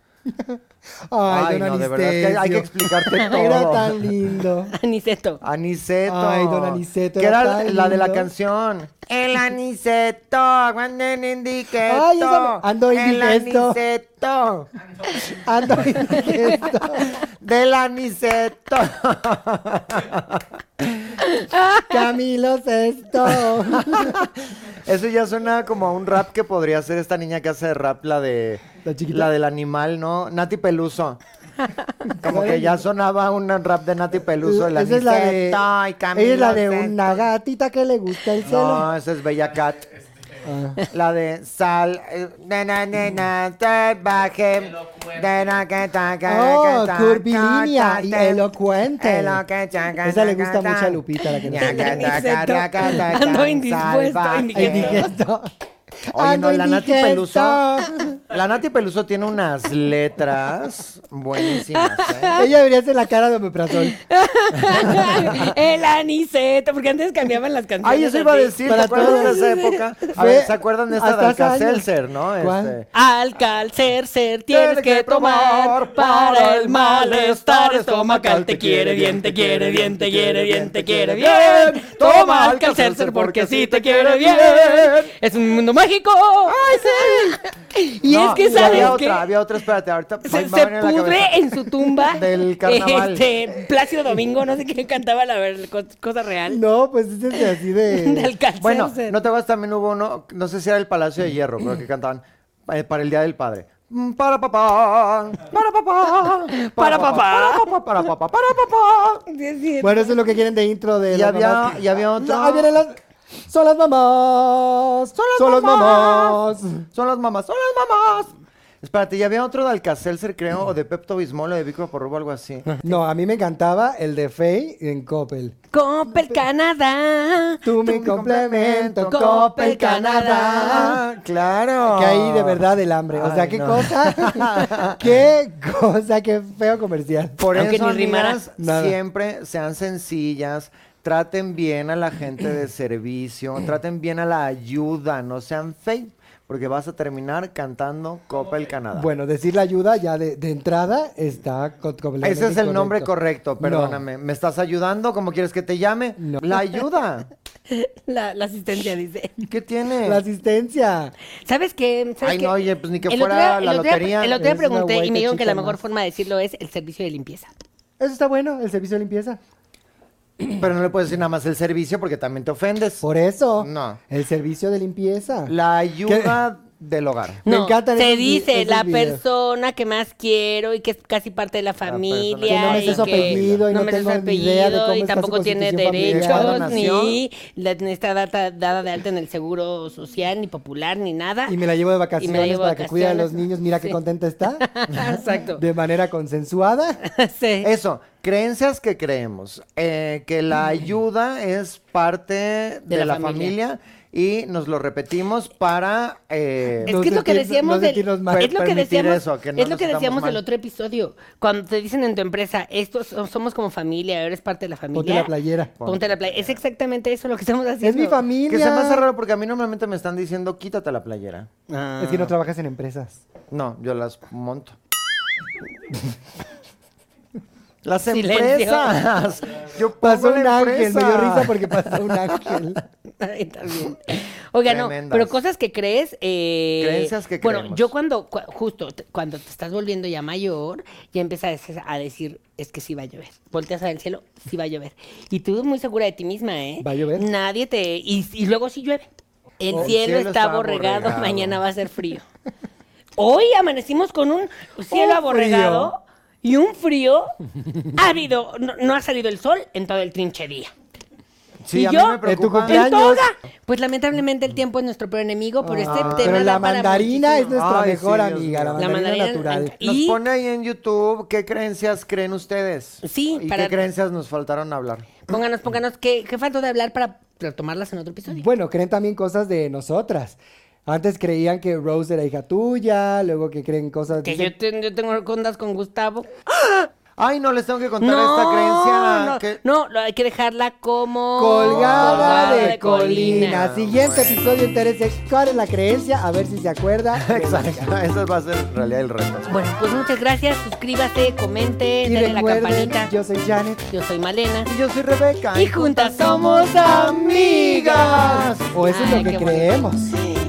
Speaker 1: Ay, don
Speaker 2: no, de verdad, que hay- hay que
Speaker 1: Anistasia.
Speaker 2: explicarte todo.
Speaker 1: Era tan lindo.
Speaker 5: Aniceto.
Speaker 2: Aniceto.
Speaker 1: Ay, don Aniceto,
Speaker 2: Que
Speaker 1: era
Speaker 2: era
Speaker 1: tan
Speaker 2: la de la
Speaker 1: lindo.
Speaker 2: canción. El Aniceto, cuando en indiqueto.
Speaker 1: Ay, esa- ando
Speaker 2: El
Speaker 1: indigesto.
Speaker 2: Aniceto.
Speaker 1: Ando esto.
Speaker 2: Del Aniceto.
Speaker 1: Camilo Sesto.
Speaker 2: Eso ya suena como a un rap que podría hacer esta niña que hace rap, la de.
Speaker 1: La chiquita.
Speaker 2: del animal, ¿no? Nati Peluso. Como que ya sonaba un rap de Nati Peluso. El
Speaker 1: Esa es la de.
Speaker 2: Aniceto y
Speaker 1: ella es la
Speaker 2: Camilo
Speaker 1: de
Speaker 2: Sesto.
Speaker 1: una gatita que le gusta el cielo.
Speaker 2: No, esa es Bella Cat. Ah. La de sal. eh, Nena, nena, te bajé. Nena, que ta, que,
Speaker 1: Oh,
Speaker 2: que ta,
Speaker 1: curvilínea
Speaker 2: ta,
Speaker 1: y
Speaker 2: ta,
Speaker 1: elocuente.
Speaker 2: eloque, cha, ca,
Speaker 1: Esa le
Speaker 2: ca,
Speaker 1: gusta
Speaker 2: ca,
Speaker 1: mucho a
Speaker 2: ta.
Speaker 1: Lupita, la que nos
Speaker 2: Ya,
Speaker 1: canta.
Speaker 2: ca, ta, ca, ta, ca, ta,
Speaker 5: Ando
Speaker 2: tan
Speaker 5: indispuesto,
Speaker 2: salvaje.
Speaker 1: Ay,
Speaker 5: indigesto.
Speaker 1: dije esto.
Speaker 2: Oye, no,
Speaker 1: Ando
Speaker 2: la Nati
Speaker 1: indigesto.
Speaker 2: Peluso. La Nati Peluso tiene unas letras buenísimas. ¿eh?
Speaker 1: Ella debería hacer la cara de omeprazol.
Speaker 5: el aniceto, porque antes cambiaban las canciones.
Speaker 2: Ay, eso iba a
Speaker 5: así.
Speaker 2: decir, ¿te
Speaker 1: Para
Speaker 2: acuerdas de
Speaker 1: todos.
Speaker 2: esa época? A
Speaker 1: Fue
Speaker 2: ver, ¿se acuerdan de esta de
Speaker 1: hasta hace años.
Speaker 2: Alka-Seltzer, no?
Speaker 1: ¿Cuál?
Speaker 2: Este,
Speaker 5: Al calcercer tienes que tomar para el malestar estomacal. Te quiere bien, te quiere bien, te quiere bien, te quiere bien. Toma al calcercer porque sí te quiere bien. Es un mundo mágico. Y
Speaker 2: No,
Speaker 5: es que sabes
Speaker 2: había
Speaker 5: que
Speaker 2: otra, había otra, espérate, ahorita va-
Speaker 5: se,
Speaker 2: va
Speaker 5: se
Speaker 2: a venir a la cabeza.
Speaker 5: pudre en su tumba
Speaker 2: Del carnaval.
Speaker 5: Este, Plácido Domingo, no sé quién cantaba la ver- co- cosa real.
Speaker 1: No, pues es este así
Speaker 5: De
Speaker 1: de.
Speaker 5: Alcalcercer.
Speaker 2: Bueno, no te vas, también hubo uno, no sé si era el Palacio de Hierro, pero que cantaban eh, para el Día del Padre. Mm, Para papá, para papá,
Speaker 5: Para papá.
Speaker 2: para papá, para papá, para papá.
Speaker 1: Bueno, eso es lo que quieren de intro de.
Speaker 2: Y
Speaker 1: las
Speaker 2: había-
Speaker 1: mamás que-
Speaker 2: y había otro.
Speaker 1: No, ahí vienen las. Son las mamás. Son las mamás.
Speaker 2: Son las mamás, son las mamás. Espérate, ya había otro de Alcacelser, creo, o de Pepto Bismol, o de Vico Vaporrubo, algo así.
Speaker 1: No, a mí me encantaba el de Faye en Coppel.
Speaker 5: Copel Canadá.
Speaker 1: Tú me complemento, Coppel
Speaker 5: Ah,
Speaker 1: Canadá.
Speaker 2: Claro.
Speaker 1: Que ahí de verdad el hambre. O sea,
Speaker 2: Ay,
Speaker 1: qué
Speaker 2: no.
Speaker 1: cosa. qué cosa, qué feo comercial.
Speaker 2: Por
Speaker 5: Aunque
Speaker 2: eso,
Speaker 5: ni rimara.
Speaker 2: amigas,
Speaker 1: Nada.
Speaker 2: siempre sean sencillas, traten bien a la gente de servicio, traten bien a la ayuda, no sean fake, porque vas a terminar cantando Copa el Canadá.
Speaker 1: Bueno, decir la ayuda ya de, de entrada está co- completamente
Speaker 2: Ese es el nombre
Speaker 1: No.
Speaker 2: correcto, perdóname. ¿Me estás ayudando? ¿Cómo quieres que te llame?
Speaker 1: No.
Speaker 2: La ayuda.
Speaker 5: La, la asistencia dice.
Speaker 2: ¿Qué tiene?
Speaker 1: La asistencia.
Speaker 5: ¿Sabes qué? ¿Sabes
Speaker 2: Ay,
Speaker 5: qué?
Speaker 2: no, oye, pues ni que
Speaker 5: El
Speaker 2: fuera
Speaker 5: otro día-
Speaker 2: la
Speaker 5: el otro día-
Speaker 2: lotería.
Speaker 5: El otro día
Speaker 1: Es una
Speaker 5: pregunté y
Speaker 1: guayca
Speaker 5: me dijeron que
Speaker 1: chica
Speaker 5: la mejor
Speaker 1: más.
Speaker 5: forma de decirlo es el servicio de limpieza.
Speaker 1: Eso está bueno, el servicio de limpieza.
Speaker 2: Pero no le puedes decir nada más el servicio porque también te ofendes.
Speaker 1: Por eso,
Speaker 2: No.
Speaker 1: el servicio de limpieza.
Speaker 2: La ayuda del hogar.
Speaker 1: Me
Speaker 5: No,
Speaker 1: encantan
Speaker 5: se
Speaker 1: esos vi-
Speaker 5: dice
Speaker 1: esos
Speaker 5: la
Speaker 1: videos.
Speaker 5: persona que más quiero y que es casi parte de la familia.
Speaker 2: persona que-
Speaker 1: Que no me sé
Speaker 5: y
Speaker 1: su apellido y no
Speaker 5: me sé su
Speaker 1: tengo ni idea de
Speaker 5: apellido
Speaker 1: cómo
Speaker 5: y
Speaker 1: está su
Speaker 5: tampoco tiene
Speaker 1: constitución familiar,
Speaker 5: derechos
Speaker 2: donación.
Speaker 5: ni la, ni está data- dada de alta en el seguro social ni popular ni nada.
Speaker 1: Y me la llevo de
Speaker 5: Y
Speaker 1: vacaciones
Speaker 5: me la llevo de
Speaker 1: para que cuide a los
Speaker 5: vacaciones.
Speaker 1: niños. Mira qué
Speaker 5: Sí.
Speaker 1: contenta está.
Speaker 5: Exacto.
Speaker 1: De manera consensuada.
Speaker 5: Sí.
Speaker 2: Eso, creencias que creemos. eh, que la ayuda es parte de,
Speaker 5: la
Speaker 2: la,
Speaker 5: familia.
Speaker 2: familia. y nos lo repetimos para... eh,
Speaker 5: Es
Speaker 1: No
Speaker 5: que es lo que
Speaker 1: sentirnos-
Speaker 5: decíamos
Speaker 1: no
Speaker 5: del,
Speaker 1: sentirnos mal.
Speaker 5: es lo que
Speaker 2: Permitir
Speaker 5: decíamos,
Speaker 2: eso, que no
Speaker 5: es lo
Speaker 2: nos
Speaker 5: que
Speaker 2: sintamos
Speaker 5: decíamos
Speaker 2: mal.
Speaker 5: del otro episodio. Cuando te dicen en tu empresa, estos so- somos como familia, eres parte de la familia.
Speaker 1: Ponte la playera.
Speaker 5: Ponte la playera. Es exactamente eso lo que estamos haciendo.
Speaker 1: Es mi familia.
Speaker 2: que se me hace raro porque a mí normalmente me están diciendo quítate la playera.
Speaker 1: Es que no trabajas en empresas.
Speaker 2: No, yo las monto. las
Speaker 5: Silencio.
Speaker 2: empresas. Yo
Speaker 1: Pasó
Speaker 2: pongo
Speaker 1: un
Speaker 2: la
Speaker 1: ángel. Me dio
Speaker 2: empresa.
Speaker 1: risa porque pasó un ángel.
Speaker 5: Ay, también. Oiga, no,
Speaker 2: Tremendas.
Speaker 5: pero cosas que crees. eh,
Speaker 2: Creencias que
Speaker 5: Bueno,
Speaker 2: creemos.
Speaker 5: yo cuando, cua- justo te- cuando te estás volviendo ya mayor, ya empiezas a decir, es que sí va a llover. Volteas al cielo, sí va a llover. Y tú muy segura de ti misma, ¿eh?
Speaker 1: Va a llover.
Speaker 5: Nadie te. Y, y luego sí llueve. El
Speaker 2: Oh, el
Speaker 5: cielo,
Speaker 2: cielo
Speaker 5: está
Speaker 2: está
Speaker 5: aborregado,
Speaker 2: aborregado.
Speaker 5: mañana va a ser frío. Hoy amanecimos con un cielo aborregado y un frío ávido. No, no ha salido el sol en todo el trinche día.
Speaker 2: Sí,
Speaker 5: ¿Y
Speaker 2: a
Speaker 5: yo?
Speaker 2: mí me
Speaker 5: ¿En
Speaker 1: tu
Speaker 2: preocupa.
Speaker 1: cumpleaños?
Speaker 5: ¡En toga! Pues lamentablemente el tiempo es nuestro peor enemigo, pero este tema
Speaker 1: Ah, Pero
Speaker 5: da
Speaker 1: la
Speaker 5: para
Speaker 1: mandarina es
Speaker 5: muchísimo.
Speaker 1: nuestra
Speaker 2: Ah. Ay, sí,
Speaker 1: mejor
Speaker 2: Dios
Speaker 1: amiga, la mandarina,
Speaker 2: mío.
Speaker 5: La mandarina
Speaker 1: natural.
Speaker 5: y-
Speaker 2: Nos pone ahí en YouTube qué creencias creen ustedes.
Speaker 5: Sí,
Speaker 2: ¿Y
Speaker 5: para-
Speaker 2: qué creencias nos faltaron hablar?
Speaker 5: Pónganos, pónganos, ¿qué, qué falta de hablar para retomarlas en otro episodio?
Speaker 1: Bueno, creen también cosas de nosotras. Antes creían que Rose era hija tuya, luego que creen cosas...
Speaker 5: que
Speaker 1: dicen-
Speaker 5: yo, ten- yo tengo condas con Gustavo.
Speaker 2: Ay, no, les tengo que contar esta creencia.
Speaker 5: no,
Speaker 2: que-
Speaker 5: no, lo- hay que dejarla como...
Speaker 1: Colgada
Speaker 5: colgada
Speaker 1: de colina.
Speaker 2: colina.
Speaker 1: Siguiente episodio, interese cuál es la creencia, a ver si se acuerda. de
Speaker 2: Exacto, eso va a ser en realidad el reto.
Speaker 5: Bueno, pues muchas gracias, suscríbase, comente,
Speaker 1: Y
Speaker 5: denle la
Speaker 1: recuerden,
Speaker 5: campanita. Yo,
Speaker 1: yo soy Janet.
Speaker 5: soy Malena.
Speaker 2: Y yo soy Rebeca.
Speaker 5: Y juntas somos amigas.
Speaker 1: O eso es lo
Speaker 5: Ay,
Speaker 1: que
Speaker 5: qué bonito.
Speaker 1: creemos.